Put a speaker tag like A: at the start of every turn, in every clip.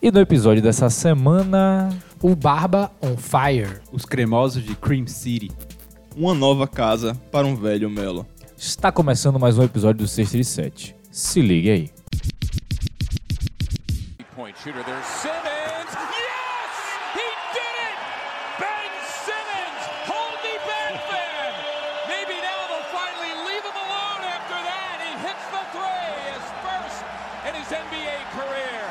A: E no episódio dessa semana.
B: O Barba on Fire.
C: Os cremosos de Cream City.
D: Uma nova casa para um velho Melo.
A: Está começando mais um episódio do 637. Se ligue aí.
E: Point shooter there. Simmons. Yes! He did it! Ben Simmons! Hold me back, man! Maybe now they'll finally leave him alone after that. He hits the three, his first in his NBA career.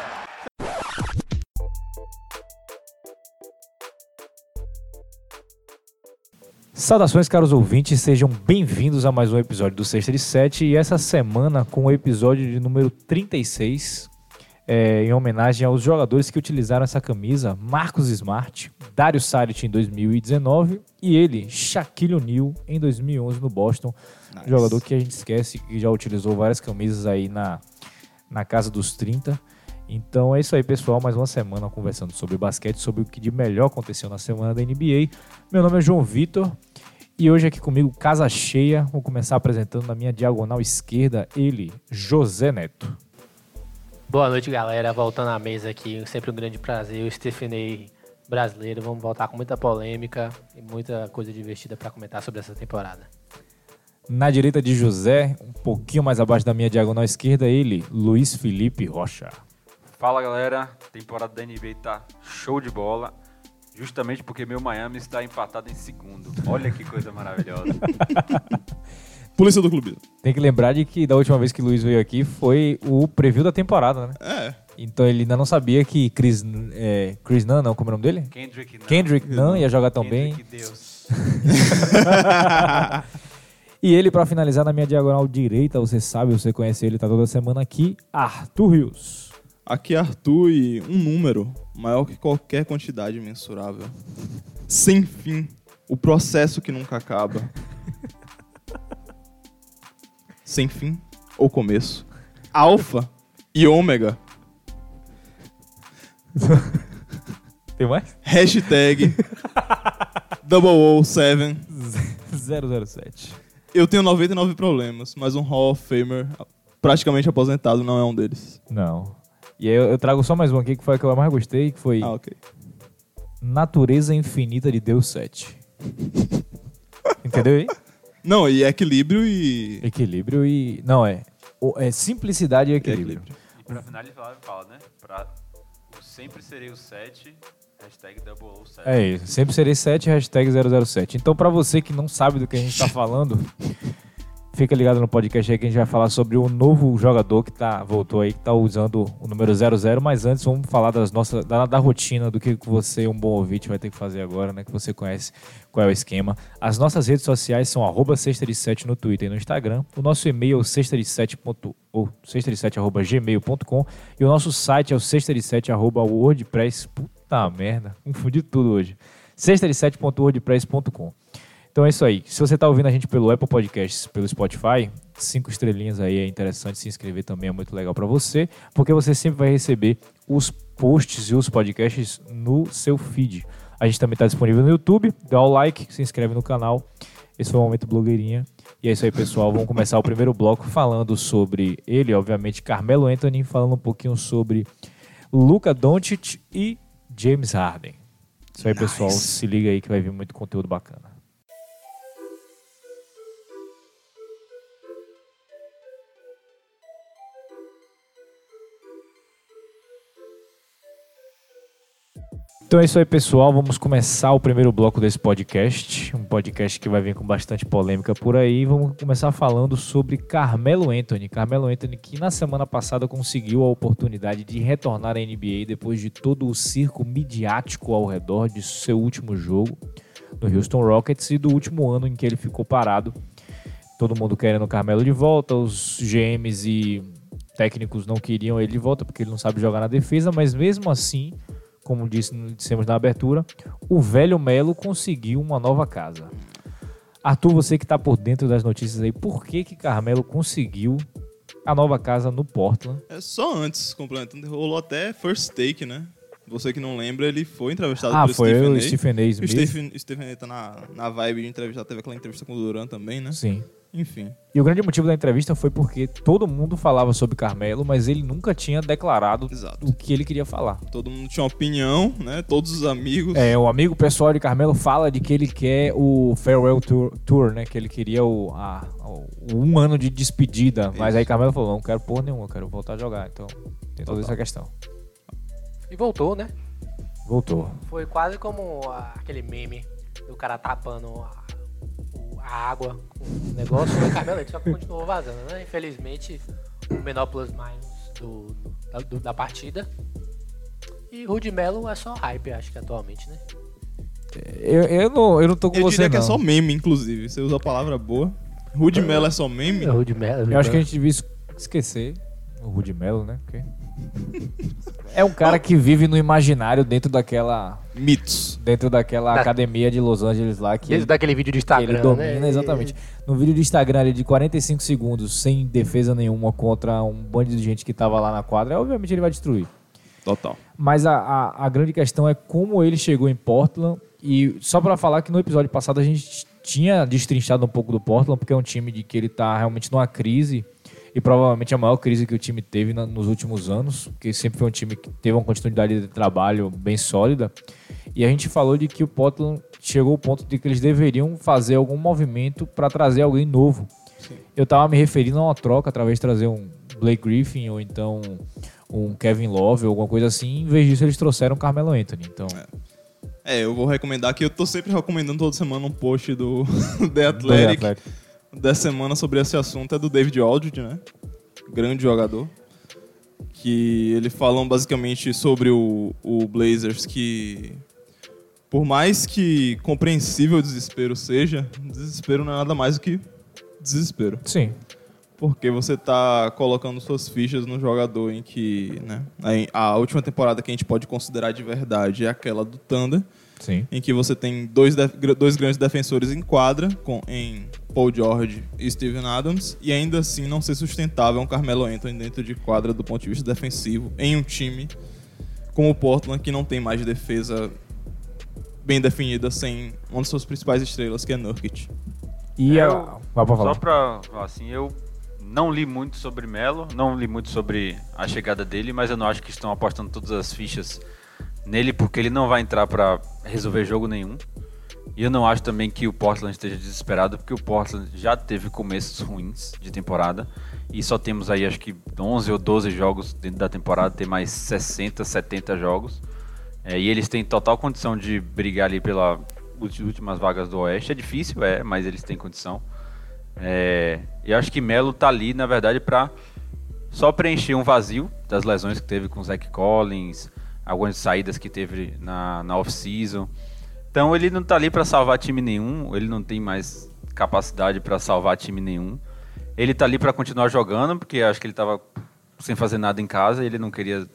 A: Saudações, caros ouvintes, sejam bem-vindos a mais um episódio do 637 e essa semana com o episódio de número 36, é, em homenagem aos jogadores que utilizaram essa camisa, Marcos Smart, Dario Saric em 2019 e ele, Shaquille O'Neal, em 2011 no Boston, jogador que a gente esquece que já utilizou várias camisas aí na, na casa dos 30. Então é isso aí, pessoal. Mais uma semana conversando sobre basquete, sobre o que de melhor aconteceu na semana da NBA. Meu nome é João Vitor e hoje aqui comigo, casa cheia. Vou começar apresentando na minha diagonal esquerda ele, José Neto.
F: Boa noite, galera. Voltando à mesa aqui, sempre um grande prazer. O Stephenei brasileiro. Vamos voltar com muita polêmica e muita coisa divertida para comentar sobre essa temporada.
A: Na direita de José, um pouquinho mais abaixo da minha diagonal esquerda, ele, Luiz Felipe Rocha.
G: Fala galera, temporada da NBA tá show de bola, justamente porque meu Miami está empatado em segundo. Olha que coisa maravilhosa.
D: Polícia do clubismo.
A: Tem que lembrar de que da última vez que o Luiz veio aqui foi o preview da temporada, né?
D: É.
A: Então ele ainda não sabia que Chris, é, Chris Nunn, não, como é o nome dele?
G: Kendrick, não.
A: Kendrick Nunn ia jogar tão bem.
G: Kendrick, Deus.
A: E ele, pra finalizar, na minha diagonal direita, você sabe, você conhece ele, tá toda semana aqui, Arthur Rios.
D: Aqui é Arthur e um número maior que qualquer quantidade mensurável. Sem fim. O processo que nunca acaba. Sem fim ou começo. Alfa e ômega.
A: Tem mais?
D: Hashtag 007.
A: 007.
D: Eu tenho 99 problemas, mas um Hall of Famer praticamente aposentado não é um deles.
A: Não. E aí eu, eu trago só mais um aqui, que foi a que eu mais gostei, que foi
D: Ah, ok.
A: Natureza Infinita de Deus 7. Entendeu aí?
D: Não, e equilíbrio e.
A: Equilíbrio e... Não, é... o- é simplicidade e equilíbrio.
G: E pra finalizar, ele fala, né? Pra... eu Sempre serei o 7, hashtag 007.
A: É isso. Sempre serei 7, hashtag 007. Então, pra você que não sabe do que a gente tá falando, fica ligado no podcast aí que a gente vai falar sobre o novo jogador que tá, voltou aí, que tá usando o número 00. Mas antes, vamos falar das nossas, da, da rotina, do que você, um bom ouvinte, vai ter que fazer agora, né? Que você conhece qual é o esquema. As nossas redes sociais são arroba 637 no Twitter e no Instagram. O nosso e-mail é o 637.com ou 637.gmail.com e o nosso site é o 637.wordpress. Puta merda, confundi tudo hoje. 637.wordpress.com. Então é isso aí. Se você tá ouvindo a gente pelo Apple Podcasts, pelo Spotify, cinco estrelinhas aí é interessante se inscrever também, é muito legal para você, porque você sempre vai receber os posts e os podcasts no seu feed. A gente também tá disponível no YouTube, dá o like, se inscreve no canal. Esse foi o Momento Blogueirinha. E é isso aí, pessoal. Vamos começar o primeiro bloco falando sobre ele, obviamente, Carmelo Anthony, falando um pouquinho sobre Luca Doncic e James Harden. Isso aí, pessoal. Se liga aí que vai vir muito conteúdo bacana. Então é isso aí, pessoal. Vamos começar o primeiro bloco desse podcast. Um podcast que vai vir com bastante polêmica por aí. Vamos começar falando sobre Carmelo Anthony. Carmelo Anthony, que na semana passada conseguiu a oportunidade de retornar à NBA depois de todo o circo midiático ao redor de seu último jogo no Houston Rockets e do último ano em que ele ficou parado. Todo mundo querendo o Carmelo de volta, os GMs e técnicos não queriam ele de volta porque ele não sabe jogar na defesa, mas mesmo assim como disse, dissemos na abertura, o velho Melo conseguiu uma nova casa. Arthur, você que está por dentro das notícias aí, por que que Carmelo conseguiu a nova casa no Portland?
D: É só antes, complementando, rolou até First Take, né? Você que não lembra, ele foi entrevistado
A: Ah,
D: pelo
A: foi
D: Stephen
A: o
D: A.
A: Stephen A. Smith.
D: O Stephen, Stephen A tá na, na vibe de entrevistar, teve aquela entrevista com o Duran também, né?
A: Sim.
D: Enfim.
A: E o grande motivo da entrevista foi porque todo mundo falava sobre Carmelo, mas ele nunca tinha declarado
D: Exato.
A: o que ele queria falar.
D: Todo mundo tinha uma opinião, né? Todos os amigos.
A: É, o amigo pessoal de Carmelo fala de que ele quer o Farewell Tour, tour, né? Que ele queria o, a- o- um ano de despedida. Mas
D: Isso.
A: aí Carmelo falou, não quero porra nenhuma, eu quero voltar a jogar. Então tem toda essa questão.
F: E voltou, né?
A: Voltou.
F: Foi quase como a- aquele meme do cara tapando a, o- a água com o negócio e o Carmelo Leite só que continuou vazando, né? Infelizmente, o menor plus minus do, da, do- da partida. E Rudy Melo é só hype, acho que atualmente, né?
A: Eu, eu, não, eu não tô com
D: Eu
A: você,
D: diria que é
A: não.
D: só meme, inclusive. Você usa a palavra boa. Rude Mello é só meme?
F: Rudy Melo.
A: Eu acho que a gente devia es- esquecer o Rudy Mello, né? Porque... é um cara que vive no imaginário dentro daquela,
D: Mitos.
A: dentro daquela
F: Da-
A: academia de Los Angeles lá que
F: Desde daquele vídeo do Instagram,
A: ele domina,
F: né?
A: exatamente. No vídeo do Instagram ali de 45 segundos, sem defesa nenhuma contra um bando de gente que tava lá na quadra, obviamente ele vai destruir.
D: Total.
A: Mas a, a, a grande questão é como ele chegou em Portland. E só pra falar que no episódio passado a gente tinha destrinchado um pouco do Portland, porque é um time de que ele tá realmente numa crise. E provavelmente a maior crise que o time teve na- nos últimos anos, porque sempre foi um time que teve uma continuidade de trabalho bem sólida. E a gente falou de que o Portland chegou ao ponto de que eles deveriam fazer algum movimento pra trazer alguém novo. Eu tava me referindo a uma troca, através de trazer um Blake Griffin ou então um Kevin Love ou alguma coisa assim. Em vez disso, eles trouxeram o Carmelo Anthony. Então,
D: É, eu vou recomendar que eu tô sempre recomendando toda semana um post do The
A: dois
D: Athletic
A: atletas.
D: dessa semana sobre esse assunto é do David Aldridge, né? Grande jogador. Que ele falam basicamente sobre o, o Blazers que por mais que compreensível o desespero seja, desespero não é nada mais do que desespero.
A: Sim.
D: Porque você tá colocando suas fichas no jogador em que, né? aí A última temporada que a gente pode considerar de verdade é aquela do Thunder,
A: Sim.
D: em que você tem dois, def- gr- dois grandes defensores em quadra, com, em Paul George e Steven Adams, e ainda assim não ser sustentável um Carmelo Anthony dentro de quadra do ponto de vista defensivo, em um time como o Portland, que não tem mais defesa bem definida sem uma das suas principais estrelas, que é Nurkic.
A: E
G: É, Eu-
A: a... Vai pra falar.
G: Só pra, assim, eu não li muito sobre Melo, não li muito sobre a chegada dele, mas eu não acho que estão apostando todas as fichas nele, porque ele não vai entrar pra resolver jogo nenhum. E eu não acho também que o Portland esteja desesperado, porque o Portland já teve começos ruins de temporada. E só temos aí, acho que 11 ou 12 jogos dentro da temporada, tem mais 60, 70 jogos. É, e eles têm total condição de brigar ali pelas últimas vagas do Oeste. É difícil, é, mas eles têm condição. É, eu acho que Melo tá ali, na verdade, pra só preencher um vazio das lesões que teve com o Zach Collins, algumas saídas que teve na, na off-season. Então ele não tá ali pra salvar time nenhum, ele não tem mais capacidade pra salvar time nenhum. Ele tá ali pra continuar jogando, porque acho que ele tava sem fazer nada em casa, ele não queria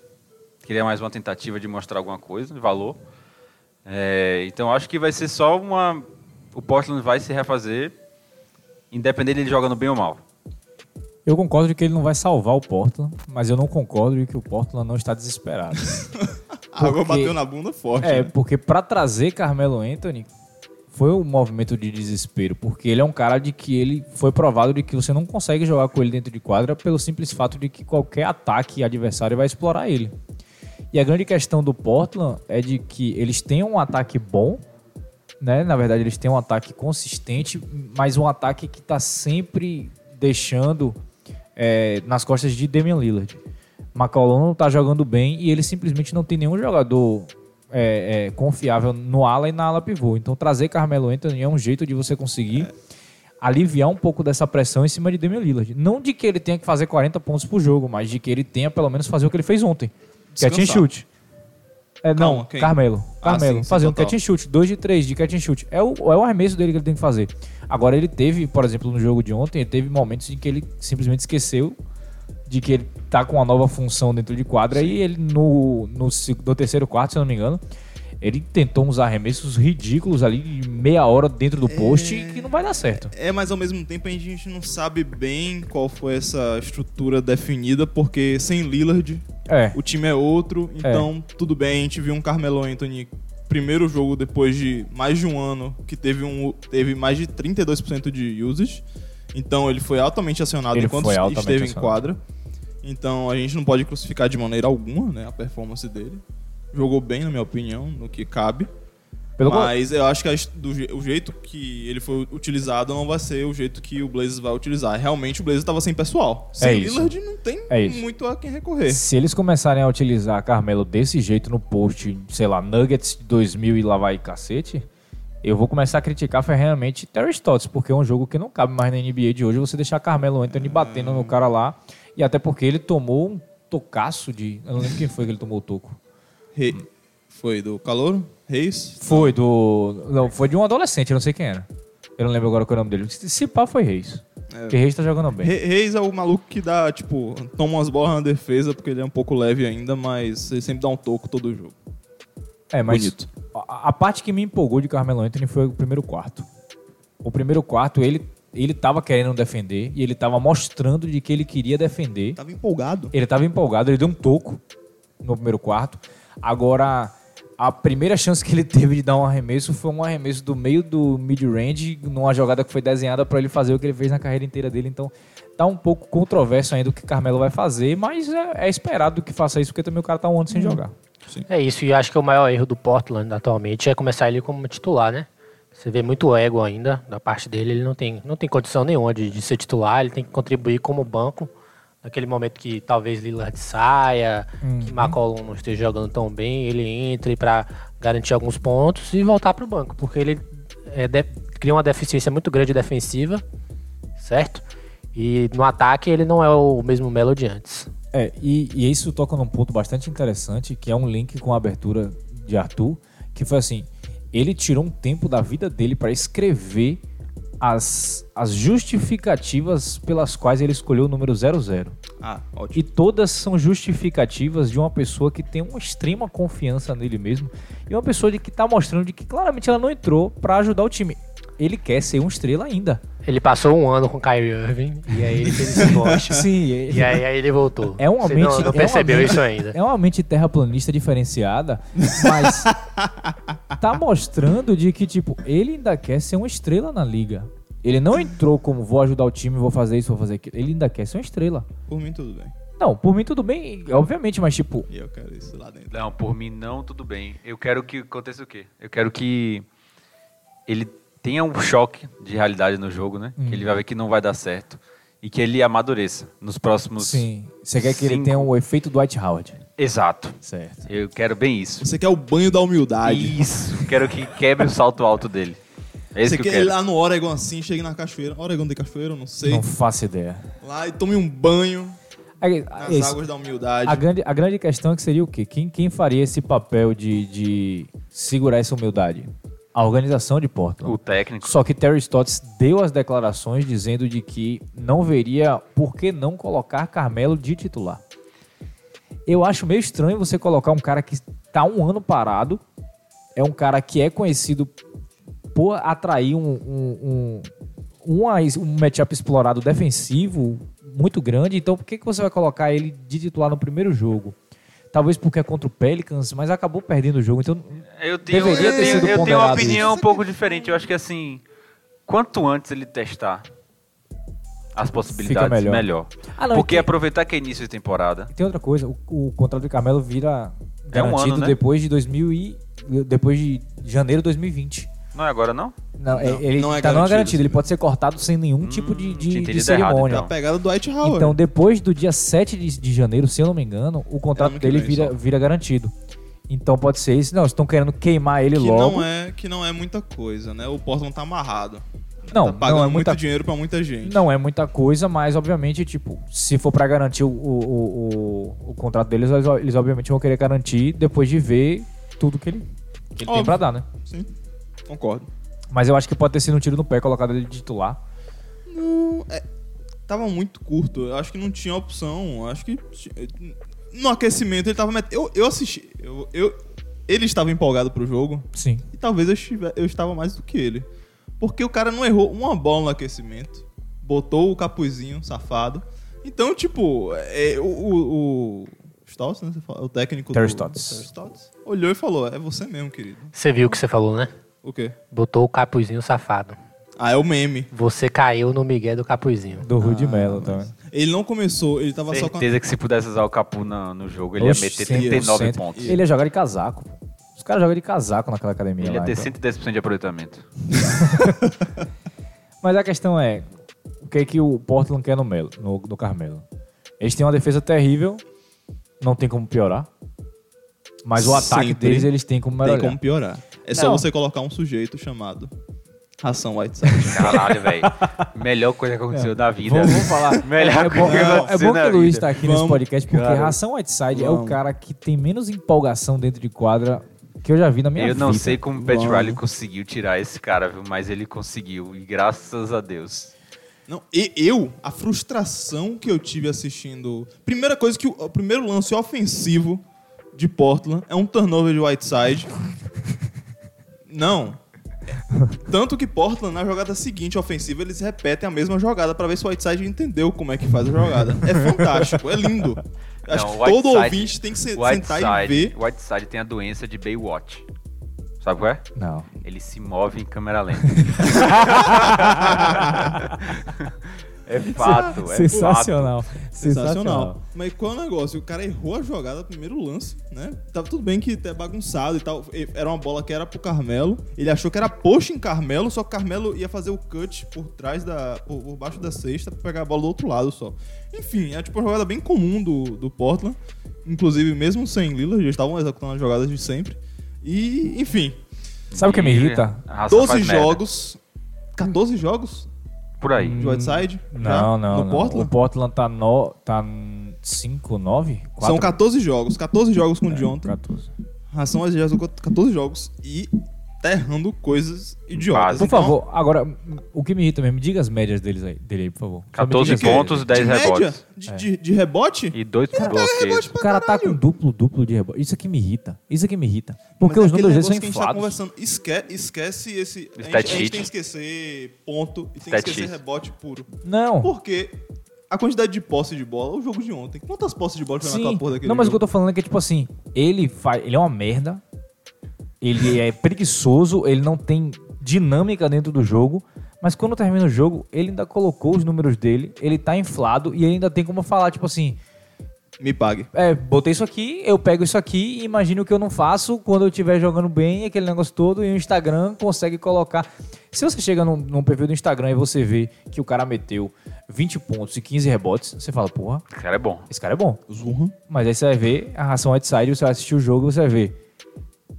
G: queria mais uma tentativa de mostrar alguma coisa, de valor. É, então acho que vai ser só uma o Portland vai se refazer independente dele jogando bem ou mal.
A: Eu concordo de que ele não vai salvar o Portland, mas eu não concordo de que o Portland não está desesperado.
D: A água
A: Porque-
D: bateu Ah, na bunda forte.
A: É,
D: né?
A: porque pra trazer Carmelo Anthony foi um movimento de desespero, porque ele é um cara de que ele foi provado de que você não consegue jogar com ele dentro de quadra pelo simples fato de que qualquer ataque adversário vai explorar ele. E a grande questão do Portland é de que eles têm um ataque bom, né? Na verdade, eles têm um ataque consistente, mas um ataque que tá sempre deixando é, nas costas de Damian Lillard. McCollum não tá jogando bem e ele simplesmente não tem nenhum jogador é, é, confiável no ala e na ala pivô. Então trazer Carmelo Anthony é um jeito de você conseguir aliviar um pouco dessa pressão em cima de Damian Lillard. Não de que ele tenha que fazer 40 pontos por jogo, mas de que ele tenha pelo menos fazer o que ele fez ontem. Catch and
D: Descansar.
A: shoot. É, não,
D: Calma, quem?
A: Carmelo.
D: Ah,
A: Carmelo.
D: sim, sim,
A: fazer um
D: total.
A: catch and shoot, 2 de 3 de catch and shoot. É o, é o arremesso dele que ele tem que fazer. Agora ele teve, por exemplo, no jogo de ontem, ele teve momentos em que ele simplesmente esqueceu de que ele tá com uma nova função dentro de quadra e ele no, no, se- no terceiro quarto, se eu não me engano, ele tentou uns arremessos ridículos ali de meia hora dentro do poste e que não vai dar certo.
D: É, mas ao mesmo tempo a gente não sabe bem qual foi essa estrutura definida, porque sem Lillard
A: É.
D: o time é outro, então tudo bem, a gente viu um Carmelo Anthony primeiro jogo depois de mais de um ano que teve, um, teve mais de 32% de usage Então ele foi altamente acionado
A: Ele
D: enquanto
A: foi altamente
D: esteve em
A: acionado.
D: quadra. Então a gente não pode crucificar de maneira alguma né, a performance dele. Jogou bem, na minha opinião, no que cabe.
A: Pelo contrário.
D: Mas eu acho que a est- do je- o jeito que ele foi utilizado não vai ser o jeito que o Blazers vai utilizar. Realmente o Blazers estava sem pessoal. Sem
A: É isso.
D: Lillard não tem
A: É isso.
D: muito a quem recorrer.
A: Se eles começarem a utilizar Carmelo desse jeito no post, sei lá, Nuggets de 2000 e lá vai cacete, eu vou começar a criticar ferrenhamente Terry Stotts, porque é um jogo que não cabe mais na NBA de hoje você deixar Carmelo Anthony batendo no cara lá, e até porque ele tomou um tocaço de... Eu não lembro quem foi que ele tomou o toco.
D: Re- Foi do Calouro? Reis?
A: Foi do... Não, foi de um adolescente, eu não sei quem era. Eu não lembro agora qual é o nome dele. Se se pá, foi Reis. Porque Reis tá jogando bem.
D: Re- Reis é o maluco que dá, tipo, toma umas bolas na defesa, porque ele é um pouco leve ainda, mas ele sempre dá um toco todo jogo.
A: É, mas
D: Bonito.
A: A, a parte que me empolgou de Carmelo Anthony foi o primeiro quarto. O primeiro quarto, ele, ele tava querendo defender e ele tava mostrando de que ele queria defender.
D: Tava empolgado.
A: Ele tava empolgado, ele deu um toco no primeiro quarto. Agora, a primeira chance que ele teve de dar um arremesso foi um arremesso do meio do mid-range, numa jogada que foi desenhada para ele fazer o que ele fez na carreira inteira dele. Então, tá um pouco controverso ainda o que Carmelo vai fazer, mas é, é esperado que faça isso, porque também o cara tá um ano sem jogar.
F: É isso, e acho que o maior erro do Portland atualmente é começar ele como titular, né? Você vê muito ego ainda da parte dele, ele não tem, não tem condição nenhuma de, de ser titular, ele tem que contribuir como banco naquele momento que talvez Lillard saia, que
A: Uhum.
F: McCollum não esteja jogando tão bem, ele entre para garantir alguns pontos e voltar para o banco, porque ele é, de- cria uma deficiência muito grande defensiva, certo? E no ataque ele não é o mesmo Melo de antes.
A: É, e, e isso toca num ponto bastante interessante, que é um link com a abertura de Arthur, que foi assim, ele tirou um tempo da vida dele para escrever as, as justificativas pelas quais ele escolheu o número 00.
D: Ah, ótimo.
A: E todas são justificativas de uma pessoa que tem uma extrema confiança nele mesmo e uma pessoa de que tá mostrando de que claramente ela não entrou para ajudar o time. Ele quer ser uma estrela ainda.
F: Ele passou um ano com o Kyrie Irving e aí ele fez esse corte.
A: Sim,
F: E aí, aí ele voltou.
A: É uma
F: Você
A: mente-
F: não,
A: é uma
F: não percebeu
A: mente-
F: isso ainda.
A: É uma mente terraplanista diferenciada, mas tá mostrando de que, tipo, ele ainda quer ser uma estrela na liga. Ele não entrou como vou ajudar o time, vou fazer isso, vou fazer aquilo. Ele ainda quer ser uma estrela.
D: Por mim, tudo bem.
A: Não, por mim tudo bem, obviamente, mas tipo,
D: E eu quero isso lá dentro.
G: Não, por mim não, tudo bem. Eu quero que aconteça o quê? Eu quero que ele tenha um choque de realidade no jogo, né? Que ele vai ver que não vai dar certo. E que ele amadureça nos próximos.
A: sim. assim, Você quer que ele
G: Cinco.
A: tenha o efeito Dwight Howard.
G: Exato.
A: Certo.
G: Eu quero bem isso.
D: Você quer o banho da humildade.
G: Isso. Quero que quebre o salto alto dele. É isso
D: Você
G: que
D: quer
G: eu
D: ir
G: quero.
D: lá no Oregon assim, chega na cachoeira. Oregon tem cachoeira, eu não sei.
A: Não faço ideia.
D: Lá e tome um banho
A: Aí,
D: nas
A: é isso.
D: águas da humildade.
A: A grande, a grande questão é que seria o quê? Quem, quem faria esse papel de, de segurar essa humildade? A organização de Portland.
G: O técnico.
A: Só que Terry Stotts deu as declarações dizendo de que não veria por que não colocar Carmelo de titular. Eu acho meio estranho você colocar um cara que tá um ano parado, é um cara que é conhecido por atrair um, um, um, uma- um matchup explorado defensivo muito grande, então por que, que você vai colocar ele de titular no primeiro jogo? Talvez porque é contra o Pelicans, mas acabou perdendo o jogo, então
G: Eu tenho,
A: Deveria
G: eu
A: ter
G: tenho,
A: sido
G: eu tenho uma
A: ponderado
G: opinião
A: isso.
G: um pouco diferente. Eu acho que assim, quanto antes ele testar as possibilidades,
A: melhor.
G: melhor.
A: Ah, não,
G: Porque
A: é que-
G: aproveitar que é início de temporada.
A: E tem outra coisa, o, o contrato de Carmelo vira
G: É um
A: garantido
G: ano, né?
A: depois de 2000 e depois de janeiro de 2020.
G: Não é agora, não?
A: Não, é- ele
D: não é
A: tá não é
D: garantido,
A: garantido, ele
D: sim.
A: pode ser cortado sem nenhum tipo de, de-
G: Hum, tinha
A: de
G: entendido errado,
A: cerimônia.
D: É a
G: então.
D: pegada do Dwight Howard.
A: Então, depois do dia 7 de, de janeiro, se eu não me engano, o contrato
D: ano que
A: dele
D: vem,
A: vira,
D: só.
A: vira garantido. Então pode ser isso. Não, estão querendo queimar ele
D: que
A: logo.
D: não é que não é muita coisa, né? O Portland tá amarrado.
A: Não,
D: tá pagando
A: não é
D: muito
A: muita-
D: dinheiro pra muita gente.
A: Não é muita coisa, mas obviamente, tipo, se for pra garantir o, o- o- o- o contrato deles, eles, eles obviamente vão querer garantir depois de ver tudo que ele, que ele tem
D: Óbvio.
A: pra dar, né?
D: Sim. Concordo.
A: Mas eu acho que pode ter sido um tiro no pé colocado ele de titular.
D: Não, é, tava muito curto. Eu acho que não tinha opção. Eu Acho que ti- no aquecimento ele tava met... eu, eu assisti. Eu, eu- ele estava empolgado pro jogo
A: Sim.
D: e talvez eu, estive- eu estava mais do que ele. Porque o cara não errou uma bola no aquecimento. Botou o capuzinho, safado. Então, tipo, é, o, o, o Stotts, né? Você fala- O técnico
A: Terry
D: do-
A: Stotts.
D: Terry Stotts, olhou e falou: É você mesmo, querido.
F: Você viu o que você falou, né?
D: O quê?
F: Botou o capuzinho safado.
D: Ah, é o meme.
F: Você caiu no Miguel do Capuzinho.
A: Do Rudy Mello também.
G: Ah,
D: Ele não começou, ele tava só com.
G: Certeza que se pudesse usar o Capu na- no jogo, ele ia
A: Oxe, 100%.
G: meter 39 pontos.
A: Ele ia jogar de casaco. Os caras jogam de casaco naquela academia
G: Ele ia
A: lá.
G: ter
A: então.
G: 110% de aproveitamento.
A: Mas a questão é, o que é que o Portland quer no, Melo, no, no Carmelo? Eles têm uma defesa terrível, não tem como piorar. Mas o ataque
D: Sempre
A: deles, eles têm como melhorar.
D: Tem como piorar. É só
A: Não.
D: você colocar um sujeito chamado Ração Whiteside.
G: Caralho, velho. Melhor coisa que aconteceu na vida.
A: Vamos, vamos É. falar.
G: Melhor
A: é,
G: coisa
A: bom,
G: que
A: é bom-
G: aconteceu
A: é bom
G: na
A: que o Luiz
G: vida.
A: tá aqui nesse
D: Vamos,
A: podcast, porque
D: cara.
A: Ração Whiteside é o
D: Vamos.
A: cara que tem menos empolgação dentro de quadra que eu já vi na minha
G: Eu
A: vida. é
G: não sei como o Pat
D: Mano.
G: Riley conseguiu tirar esse cara, viu? Mas ele conseguiu. E graças a Deus.
D: Não, e- eu, a frustração que eu tive assistindo. Primeira coisa que o, o primeiro lance ofensivo de Portland é um turnover de Whiteside. Não. Tanto que Portland, na jogada seguinte ofensiva, eles repetem a mesma jogada pra ver se o Whiteside entendeu como é que faz a jogada. É fantástico, é lindo. Acho
G: Não,
D: que todo
G: Whiteside-
D: ouvinte tem que se- sentar e
G: Whiteside-
D: ver.
G: Whiteside tem a doença de Baywatch. Sabe qual é?
A: Não.
G: Ele se move em câmera lenta. é fato, é
A: Sensacional.
D: Sensacional.
A: Sensacional.
D: Mas qual é o negócio? O cara errou a jogada no primeiro lance, né? Tava tudo bem que é bagunçado e tal. E- Era uma bola que era pro Carmelo. Ele achou que era post em Carmelo, só que o Carmelo ia fazer o cut por trás da. por, por baixo da cesta pra pegar a bola do outro lado só. Enfim, é tipo uma jogada bem comum do, do Portland. Inclusive, mesmo sem Lillard, eles estavam executando as jogadas de sempre. E, enfim,
G: fato.
A: Sabe o que me
G: E
A: irrita?
G: a raça
D: 12
G: faz merda.
D: jogos. 14 jogos
G: Por aí.
D: de Whiteside? já,
A: Hum, Não, não,
D: No
A: não.
D: Portland?
A: O Portland tá 5, tá 5, 9?
D: São 14 jogos. 14 jogos
A: É.
D: com o Dionta.
A: 14.
D: Ração às vezes jogou 14 jogos e tá errando coisas idiotas.
A: Por
D: Então,
A: favor, agora, o que me irrita mesmo, me diga as médias deles aí, dele aí, por favor. Só me
G: 14
A: diga que-
G: pontos,
D: é de
G: 10
D: média,
G: rebotes.
A: É.
D: de, de- de rebote,
G: E dois
D: é
G: bloqueios.
A: O cara tá com duplo, duplo de rebote. Isso aqui me irrita. Isso aqui me irrita. Porque
D: mas
A: os
D: é aquele
A: números deles são
D: negócio que a gente tá
A: inflados.
D: conversando. Esque- esquece esse. A gente,
G: Stat
D: a gente
G: sheet.
D: tem que esquecer ponto e tem
G: Stat
D: que esquecer
G: sheet.
D: rebote puro.
A: Não.
D: Porque a quantidade de posse de bola, o jogo de ontem. Quantas posses de bola foi
A: Sim.
D: naquela porra daquele
A: Não, mas o que eu
D: jogo?
A: tô falando é que, tipo assim, ele faz. Ele é uma merda. Ele é preguiçoso, ele não tem dinâmica dentro do jogo. Mas quando termina o jogo, ele ainda colocou os números dele, ele tá inflado e ele ainda tem como falar, tipo assim,
D: Me pague.
A: É, botei isso aqui, eu pego isso aqui e imagino que eu não faço quando eu estiver jogando bem, aquele negócio todo, e o Instagram consegue colocar. Se você chega num, num perfil do Instagram e você vê que o cara meteu 20 pontos e 15 rebotes, você fala, porra,
G: Esse cara é bom.
A: esse cara é bom.
D: Zurra.
A: Mas aí você vai ver a ração outside, você vai assistir o jogo e você vai ver.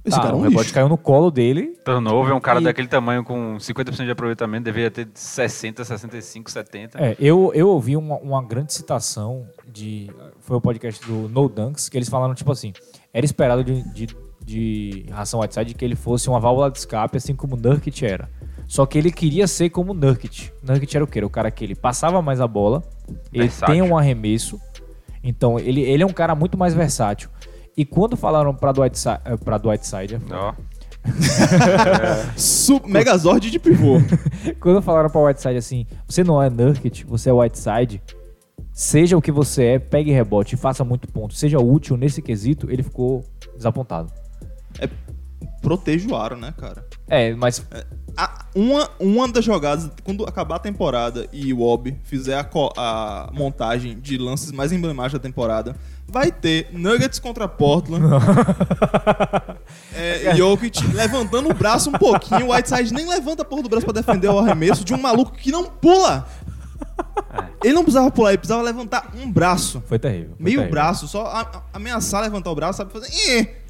D: Esse
A: tá,
D: cara é
A: o
D: um
A: rebote
D: lixo.
A: caiu no colo dele.
G: Turnover é um cara
A: E-
G: daquele tamanho com 50% de aproveitamento, deveria ter 60, 65, 70.
A: É, eu, eu ouvi uma, uma grande citação de. Foi o podcast do No Dunks, que eles falaram, tipo assim, era esperado de, de, de Ração Whiteside que ele fosse uma válvula de escape, assim como o Nurkit era. Só que ele queria ser como o Nurkit. Nurkit era o quê? Era o cara que ele passava mais a bola, ele
G: Versátil.
A: tem um arremesso. Então, ele, ele é um cara muito mais versátil. E quando falaram pra Dwight, Si- eh, pra Dwight Side,
G: Ó,
D: Su- Megazord de pivô.
A: Quando falaram pra Whiteside assim, você não é Nurkit, você é Whiteside, seja o que você é, pegue rebote, e faça muito ponto, seja útil nesse quesito, ele ficou desapontado.
D: Proteja o aro, né, cara?
A: É, mas
D: A- uma, uma das jogadas, quando acabar a temporada e o Ob fizer a, co- a montagem de lances mais emblemáticos da temporada, vai ter Nuggets contra Portland. é, Jokic levantando o braço um pouquinho. O Whiteside nem levanta a porra do braço pra defender o arremesso de um maluco que não pula. Ele não precisava pular, ele precisava levantar um braço.
A: foi terrível. foi
D: Meio
A: terrível.
D: braço, só a- a- ameaçar levantar o braço, sabe? Fazer. "Ih,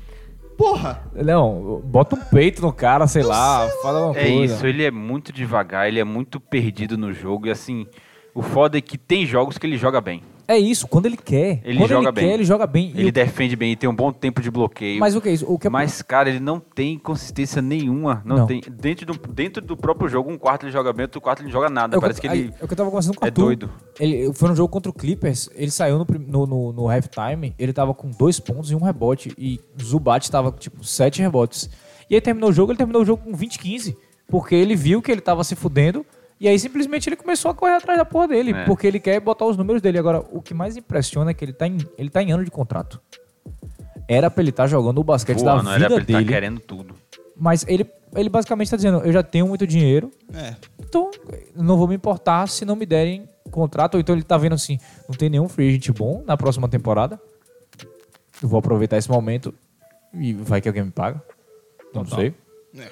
D: Porra!
A: Não, bota um peito no cara, sei lá, fala uma
G: É
A: coisa.
G: isso, ele é muito devagar, ele é muito perdido no jogo. E assim, o foda é que tem jogos que ele joga bem.
A: É isso, quando ele quer.
G: Ele
A: quando
G: joga
A: ele
G: bem.
A: quer, ele joga bem. E
G: Ele
A: o-
G: defende bem, tem um bom tempo de bloqueio.
A: Mas o que é isso? O que é...
G: Mas, cara, ele não tem consistência nenhuma. Não,
A: Não.
G: tem. Dentro do, dentro do próprio jogo, um quarto ele joga bem, outro quarto ele não joga
A: É
G: nada.
A: o
G: Parece que
A: aí-
G: ele.
A: é o que eu tava conversando com o
G: é
A: Arthur.
G: doido.
A: Ele, foi no jogo contra o Clippers, ele saiu no, prim- no, no, no halftime, ele tava com dois pontos e um rebote. E Zubat tava com, tipo, sete rebotes. E aí terminou o jogo, ele terminou o jogo com 20 15, porque ele viu que ele tava se fudendo. E aí simplesmente ele começou a correr atrás da porra dele,
G: É.
A: porque ele quer botar os números dele. Agora, o que mais impressiona é que ele tá em, ele tá em ano de contrato. Era pra ele estar jogando o basquete
G: Voando,
A: da
G: era pra
A: vida
G: ele tá
A: dele.
G: querendo tudo.
A: mas ele, ele basicamente tá dizendo, eu já tenho muito dinheiro,
D: É,
A: então não vou me importar se não me derem contrato. Ou então ele tá vendo assim, não tem nenhum free agent bom na próxima temporada. Eu vou aproveitar esse momento e vai que alguém me paga. Não
D: Total.
A: sei.
D: É.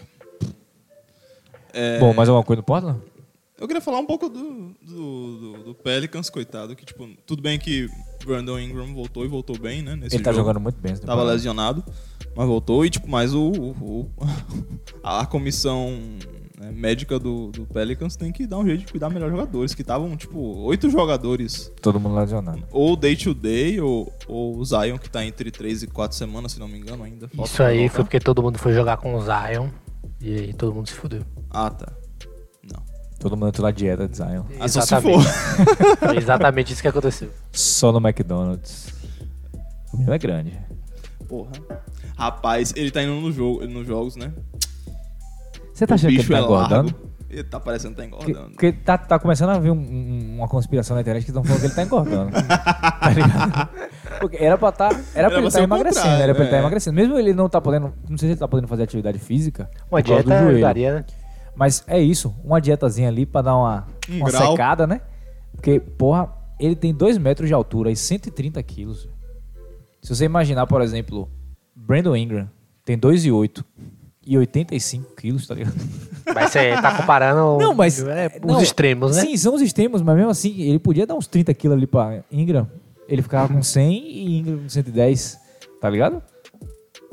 A: Bom, mais alguma coisa do Portland?
D: Eu queria falar um pouco do, do, do- do Pelicans, coitado, que, tipo, tudo bem que Brandon Ingram voltou e voltou bem, né? Nesse
A: ele tá
D: jogo.
A: jogando muito bem. essa
D: Tava
A: temporada.
D: lesionado, mas voltou. E, tipo, mais o, o- o- a comissão né, médica do, do Pelicans tem que dar um jeito de cuidar melhor dos jogadores, que estavam, tipo, oito jogadores,
A: Todo mundo lesionado.
D: ou day-to-day, ou, ou o Zion, que tá entre três e quatro semanas, se não me engano, ainda. Falta
F: Isso aí
D: pra
F: foi
D: voltar.
F: porque todo mundo foi jogar com o Zion e aí todo mundo se fudeu.
D: Ah, tá. Não.
A: Todo mundo entrou na dieta de Zion.
D: Ah, só se for.
F: Foi exatamente isso que aconteceu.
A: Só no McDonald's. O menino é grande.
D: Porra. Rapaz, ele tá indo no jogo, nos jogos, né?
A: Você tá achando que ele
G: é
A: tá engordando?
D: é largo. Ele tá parecendo que tá
A: Porque,
D: engordando.
A: porque tá, tá começando a haver um- um- uma conspiração na internet que estão falando que ele tá engordando. tá ligado? Porque era pra, tá, era pra
D: pra
A: ele
D: ser
A: tá
D: o
A: emagrecendo,
D: contrário,
A: era pra ele tá
D: é.
A: emagrecendo. Mesmo ele não tá podendo, não sei se ele tá podendo fazer atividade física,
F: Uma
A: por causa do
F: dieta
A: joelho.
F: ajudaria, né?
A: Mas é isso, uma dietazinha ali pra dar uma,
D: Um
A: uma
D: grau.
A: secada, né? Porque, porra, ele tem 2 metros de altura e 130 quilos. Se você imaginar, por exemplo, Brandon Ingram tem 2,8 e 85 quilos, tá ligado?
F: Mas você tá comparando
A: Não, mas.
F: é, os
A: não,
F: extremos, né?
A: Sim, são os extremos, mas mesmo assim, ele podia dar uns 30 quilos ali pra Ingram. Ele ficava com 100 e Ingram com 110, tá ligado?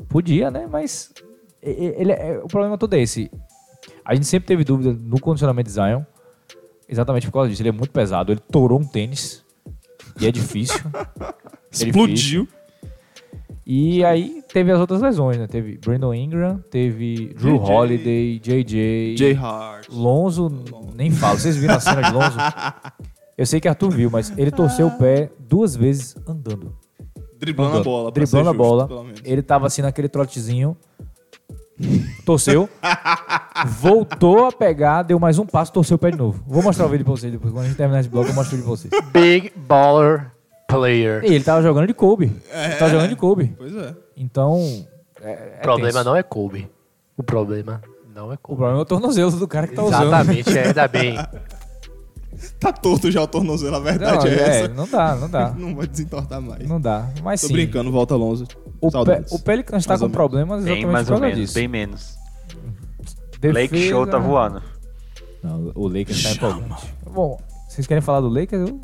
A: Podia, né? Mas. e- e- Ele, é- o problema todo é esse. A gente sempre teve dúvida no condicionamento de Zion, exatamente por causa disso. Ele é muito pesado, ele torou um tênis, e é difícil. É difícil.
D: Explodiu.
A: E aí teve as outras lesões, né? Teve Brandon Ingram, teve Drew
D: JJ.
A: Holiday, JJ.
D: J. Hart.
A: Lonzo, nem falo. Vocês viram a cena de Lonzo? Eu sei que Arthur viu, mas ele torceu o pé duas vezes andando.
D: Driblando a
A: Andando.
D: bola. pra
A: Driblando
D: ser
A: a
D: justo,
A: bola.
D: pelo menos.
A: Ele tava assim naquele trotezinho. Torceu. voltou a pegar, deu mais um passo, torceu o pé de novo. Vou mostrar o vídeo pra vocês depois. Quando a gente terminar esse blog, eu mostro o vídeo pra vocês.
F: Big baller player.
A: E ele tava jogando de Kobe.
D: É.
A: Ele tava jogando de Kobe.
D: Pois é.
A: Então. É,
F: o problema
A: tenso.
F: não é Kobe. O problema não é
A: O
F: Kobe.
A: problema é o tornozelo do cara que tá usando.
F: Exatamente, ainda bem.
D: Tá torto já o tornozelo, a verdade
A: Não,
D: é,
A: é,
D: essa.
A: não dá, não dá.
D: Não vai desentortar mais.
A: Não dá. Mas
D: Tô
A: sim.
D: brincando, volta Alonso.
A: O, Pe
D: Saudades.
A: o Pelicans tá
D: Mais ou
A: com
D: menos.
A: problemas
G: Bem
A: exatamente
G: mais
A: por
G: ou
A: causa
G: menos,
A: disso.
G: bem menos.
A: Defesa-
G: Blake Show tá voando.
A: Não, o Lakers tá empolgante. Bom, vocês querem falar do Lakers? Eu,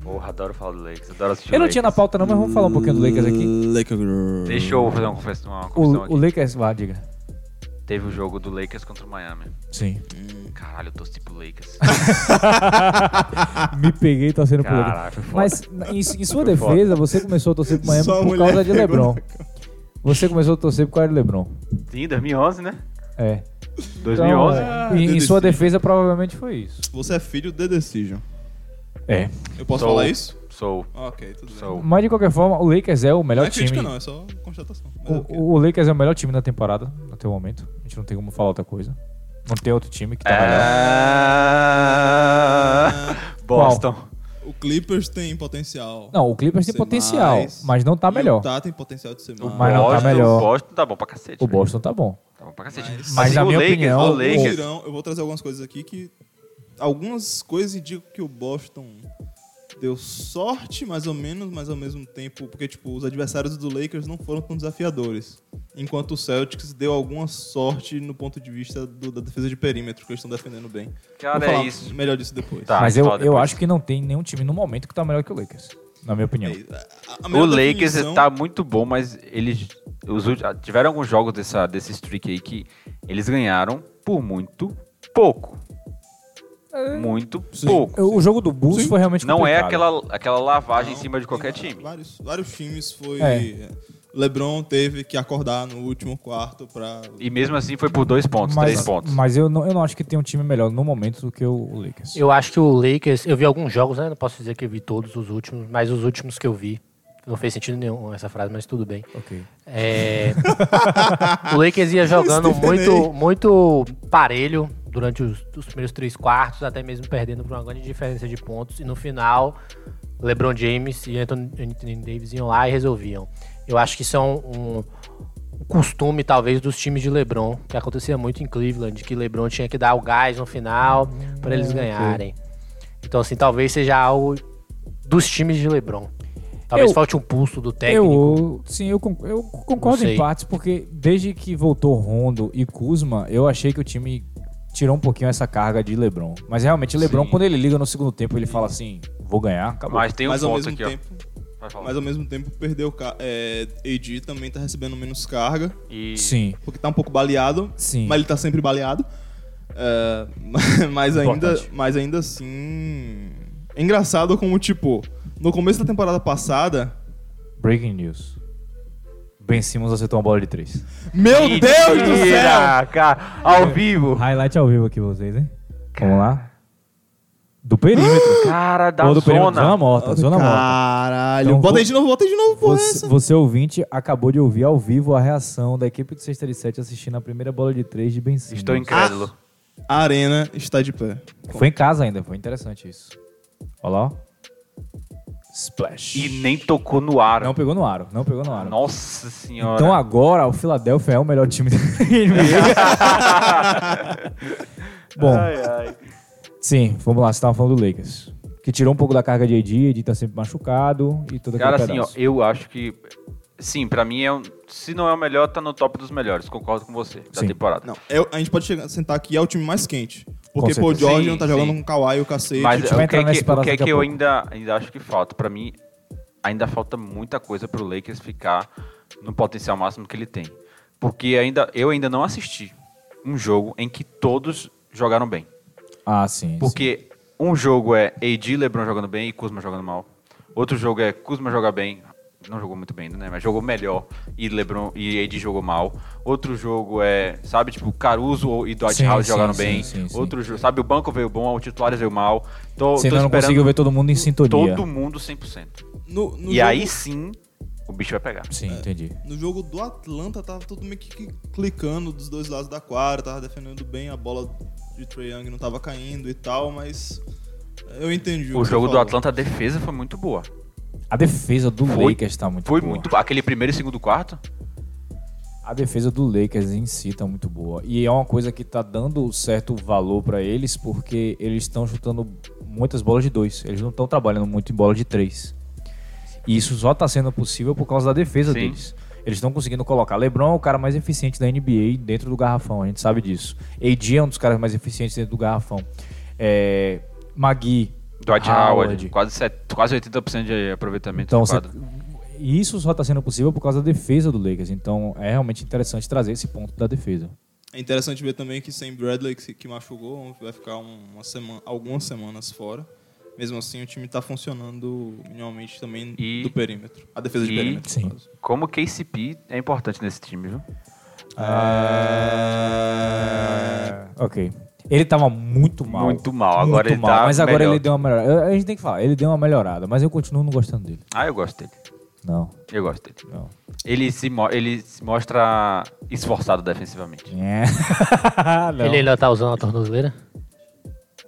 G: Porra, adoro falar do Lakers, adoro assistir
A: eu
G: o
A: não tinha na
G: Lakers.
A: pauta não, mas vamos falar um pouquinho do Lakers aqui.
D: Lakers.
G: Deixa eu fazer uma confissão, uma
A: O,
G: confissão aqui.
A: o Lakers, vá, diga.
G: Teve o jogo do Lakers contra o Miami.
A: Sim.
G: Caralho, eu torci pro Lakers.
A: Ah, Me peguei torcendo pro Lakers.
G: Caralho, foi foda.
A: Mas na- em, em sua
G: Foi foda.
A: defesa, você começou a torcer pro Miami
D: Só a
A: por
D: mulher
A: causa de
D: pegou
A: LeBron.
D: na
A: Você começou a torcer por causa de LeBron.
G: Sim, 2011, né?
A: É. Então,
G: 2011.
A: é, em- em sua
D: decidi.
A: defesa, provavelmente foi isso.
D: Você é filho de Decision.
A: É.
D: Eu posso
G: Sou.
D: falar isso?
G: Sou,
D: Ok, tudo bem.
G: sou.
A: Mas de qualquer forma, o Lakers é o
D: Não
A: melhor
D: é
A: time.
D: crítica, não, é só constatação. Mas é o quê?
A: O, o Lakers é o melhor time da temporada, até o momento. A gente não tem como falar outra coisa. Não tem outro time que
G: É.
A: tá melhor.
G: Ah, Boston.
D: O Clippers tem potencial.
A: Não, o Clippers tem
D: Ser
A: potencial,
D: mais.
A: mas não tá melhor.
D: Utah tem potencial de ser mais.
A: Mas não tá
G: Boston,
A: melhor.
G: O Boston tá bom pra cacete.
A: O
G: velho.
A: Boston tá bom.
G: Tá bom pra cacete.
D: Mas-
A: Mas na
G: o
A: minha
G: Lakers,
A: opinião,
G: o
A: o-
D: Bom,
G: Lakers.
D: Irão, eu vou trazer algumas coisas aqui que. Algumas coisas indicam que o Boston deu sorte, mais ou menos, mas ao mesmo tempo. Porque, tipo, os adversários do Lakers não foram tão desafiadores. Enquanto o Celtics deu alguma sorte no ponto de vista do- da defesa de perímetro, que eles estão defendendo bem.
G: Cara,
D: vou falar
G: é isso.
D: melhor disso depois.
G: Tá,
A: mas eu,
G: fala
A: eu
G: depois.
A: acho que não tem nenhum time no momento que tá melhor que o Lakers. Na minha
D: É,
A: opinião.
G: O Lakers tá muito bom, mas eles os ulti- ah, tiveram alguns jogos dessa, desse streak aí que eles ganharam por muito pouco.
A: É.
G: Muito
D: Sim.
G: pouco.
A: O jogo do Bulls foi realmente
G: Não é
A: complicado.
G: aquela, aquela lavagem em
D: Não,
G: cima de
D: tem
G: qualquer
D: va-
G: time.
D: Vários, vários times foi.
A: É.
D: LeBron teve que acordar no último quarto pra.
G: E mesmo assim foi por dois pontos, três
A: Mas,
G: pontos.
A: mas eu, não, eu não acho que tem um time melhor no momento do que o, o Lakers.
F: Eu acho que o Lakers, eu vi alguns jogos, né? Não posso dizer que eu vi todos os últimos, mas os últimos que eu vi. Não fez sentido nenhum essa frase, mas tudo bem.
A: Ok.
F: É, o Lakers ia jogando muito, muito parelho durante os, os primeiros três quartos, até mesmo perdendo por uma grande diferença de pontos. E no final, LeBron James e Anthony, Anthony Davis iam lá e resolviam. Eu acho que são é um, um costume, talvez, dos times de LeBron, que acontecia muito em Cleveland, que LeBron tinha que dar o gás no final pra eles
A: Hum,
F: ganharem. Então, assim, talvez seja algo dos times de LeBron. Talvez
A: Eu-
F: falte um pulso do técnico.
A: Eu, sim, eu, con- eu concordo
F: Não sei.
A: em partes, porque desde que voltou Rondo e Kuzma, eu achei que o time tirou um pouquinho essa carga de LeBron. Mas realmente, LeBron,
G: Sim.
A: quando ele liga no segundo tempo, ele fala assim: vou ganhar, acabou.
G: Mas tem um
D: mas ao
G: ponto
D: mesmo
G: aqui,
D: tempo,
G: ó. Vai falar.
D: mas ao mesmo tempo perdeu ca- é, AD também tá recebendo menos carga,
G: E
A: Sim,
D: porque tá um pouco baleado,
A: sim.
D: mas ele tá sempre baleado. É, mas ainda,
A: Importante.
D: mas ainda assim, é engraçado como tipo, no começo da temporada passada,
A: Breaking news. Ben Simmons acertou uma bola de três.
D: meu Deus do céu!
G: Mentira, cara, ao vivo.
A: Highlight ao vivo aqui pra vocês, hein? Vamos lá. Do perímetro.
G: Cara da
A: Ou do perímetro. Zona
G: zona.
A: morta, zona morta.
D: Caralho,
A: Então,
D: bota aí
A: vou-
D: de novo, bota aí de novo, porra,
A: Você,
D: essa.
A: você ouvinte acabou de ouvir ao vivo a reação da equipe do 637 assistindo a primeira bola de três de Ben Simmons.
G: Estou incrédulo.
D: A arena está de pé.
A: Foi em casa ainda, foi interessante isso. Olha lá. ó. Splash.
G: E nem tocou no ar.
A: Não pegou no aro, não pegou no aro.
G: Nossa senhora.
A: Então agora o Philadelphia é o melhor time da NBA. Bom, sim, vamos lá, você tava falando do Lakers. Que tirou um pouco da carga de Edi, Edi tá sempre machucado e toda
G: Cara,
A: aquele
G: assim, ó,
A: um pedaço.
G: eu acho que. Sim, pra mim é um. Se não é o melhor, tá no top dos melhores. Concordo com você. Da
A: Sim.
G: temporada.
D: Não, é o- a gente pode chegar- sentar aqui, é o time mais quente. Porque
A: Com
D: Paul
A: certeza.
D: George
G: Sim,
D: não tá jogando
G: sim.
D: com Kawhi e o cacete.
G: Mas
A: gente vai
G: o que é
A: entrar nesse
G: que, o
A: pedaço
G: que, é
A: daqui a
G: que eu
A: pouco.
G: ainda, ainda acho que falta? Pra mim, ainda falta muita coisa pro Lakers ficar no potencial máximo que ele tem. Porque ainda, eu ainda não assisti um jogo em que todos jogaram bem.
A: Ah, sim. sim.
G: Porque um jogo é AD e LeBron jogando bem e Kuzma jogando mal. Outro jogo é Kuzma joga bem, não jogou muito bem ainda, né? Mas jogou melhor e LeBron e AD jogou mal. Outro jogo é, sabe, tipo Caruso e Dwight
A: Sim,
G: Howard
A: sim,
G: jogaram
A: sim,
G: bem.
A: sim, sim.
G: Outro jogo, sabe, o banco veio bom, o titulares veio mal. Tô,
A: Você ainda
G: tô
A: não
G: esperando
A: conseguiu ver todo mundo em sintonia.
G: todo mundo 100%.
D: No- no
G: e
D: jogo-
G: aí sim, o bicho vai pegar.
A: Sim, entendi.
D: No jogo do Atlanta, tava todo meio que que clicando dos dois lados da quadra, tava defendendo bem, a bola de Trae Young não tava caindo e tal, mas eu entendi. que
G: O jogo
D: você
G: do
D: falou.
G: Atlanta, a defesa foi muito boa.
A: A defesa do
G: Foi-
A: Lakers tá muito
G: Foi
A: boa.
G: muito. Aquele primeiro e segundo quarto?
A: A defesa do Lakers em si tá muito boa. E é uma coisa que tá dando certo valor pra eles, porque eles estão chutando muitas bolas de dois. Eles não estão trabalhando muito em bola de três. E isso só tá sendo possível por causa da defesa
G: Sim.
A: deles. Eles estão conseguindo colocar. LeBron é o cara mais eficiente da NBA dentro do garrafão, a gente sabe disso. AD é um dos caras mais eficientes dentro do garrafão. É... Magui.
G: Dwight Howard, quase, set- quase 80% de aproveitamento
A: Então,
G: do
A: você-
G: quadro.
A: e isso só está sendo possível por causa da defesa do Lakers. Então, é realmente interessante trazer esse ponto da defesa.
D: É interessante ver também que sem Bradley, que, se- que machucou, vai ficar um- uma semana, algumas semanas fora. Mesmo assim, o time tá funcionando minimamente também
G: E-
D: do perímetro. A defesa
G: e-
D: de perímetro.
A: sim.
D: no caso.
G: Como KCP é importante nesse time, viu?
A: Ok. Ele tava muito mal.
G: É. Muito mal. Agora ele tá
A: Mas agora
G: melhor.
A: ele deu uma melhorada. A gente tem que falar, ele deu uma melhorada, mas eu continuo não gostando dele.
G: Ah, eu gosto dele.
A: Não,
G: Eu gosto dele.
A: não.
G: Ele se, mo- ele se mostra esforçado defensivamente.
A: É. não.
F: Ele ainda tá usando a tornozeleira?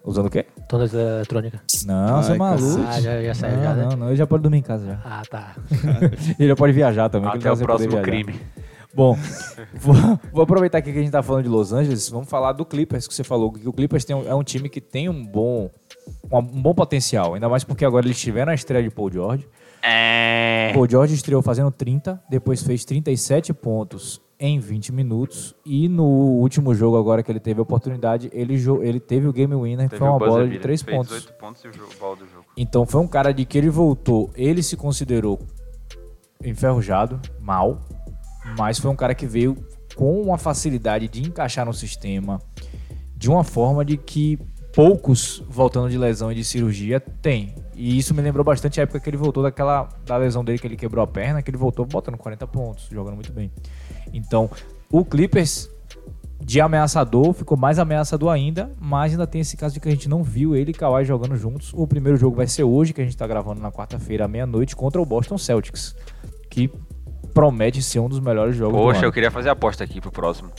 A: Usando o quê?
F: Tornozeleira eletrônica.
A: Não, você é
D: Ai,
A: maluco.
F: Ah, já, já saiu
A: não,
F: já, né?
A: não, não, ele já pode dormir em casa já.
F: Ah, tá.
A: Ele já pode viajar também. que ele
G: Até
A: tá
G: o
A: sem poder
G: próximo
A: viajar.
G: crime.
A: Bom, vou, vou aproveitar aqui que a gente tá falando de Los Angeles, vamos falar do Clippers, que você falou que o Clippers tem um- é um time que tem um bom, uma- um bom potencial, ainda mais porque agora eles tiveram a estreia de Paul George.
G: É.
A: Paul George estreou fazendo 30, depois fez 37 pontos em 20 minutos e no último jogo agora que ele teve a oportunidade, ele, jo- ele teve o game winner, que
G: Teve
A: foi uma
G: o buzzer
A: bola de
G: beater,
A: 3
G: fez
A: pontos.
G: 18 pontos e o jogo, bola do jogo.
A: Então foi um cara de que ele voltou, ele se considerou enferrujado, mal, mas foi um cara que veio com uma facilidade de encaixar no sistema de uma forma de que poucos voltando de lesão e de cirurgia têm. E isso me lembrou bastante a época que ele voltou daquela da lesão dele que ele quebrou a perna, que ele voltou botando 40 pontos, jogando muito bem. Então, o Clippers de ameaçador, ficou mais ameaçador ainda, mas ainda tem esse caso de que a gente não viu ele e Kawhi jogando juntos. O primeiro jogo vai ser hoje, que a gente tá gravando na quarta-feira, à meia-noite, contra o Boston Celtics, que promete ser um dos melhores jogos
G: Poxa,
A: do
G: eu
A: ano.
G: queria fazer a aposta aqui pro próximo.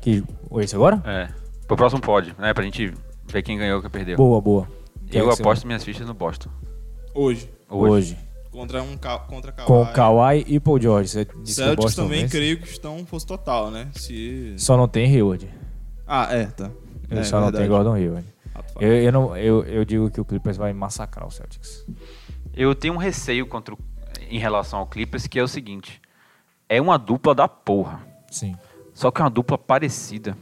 A: Que... Esse agora?
G: É. Pro próximo pode, né? Pra gente ver quem ganhou e quem perdeu.
A: Boa, boa. Quem é
G: eu
A: que você
G: aposto minhas fichas no Boston.
D: Hoje.
A: vai? hoje.
D: Contra um ca- contra Kawhi.
A: Com Kawhi e Paul George. Você disse que o
D: Celtics
A: Boston
D: também
A: vence?
D: creio que estão fosse total, né? Se
A: Só não tem Hayward.
D: Ah, é, tá.
A: Ele
D: é,
A: só não tem
D: verdade.
A: Gordon Hayward.
D: Fato, fato.
A: Eu, eu não, eu, eu digo que o Clippers vai massacrar o Celtics.
G: Eu tenho um receio contra o- em relação ao Clippers, que é o seguinte: é uma dupla da porra.
A: Sim.
G: Só que é uma dupla parecida,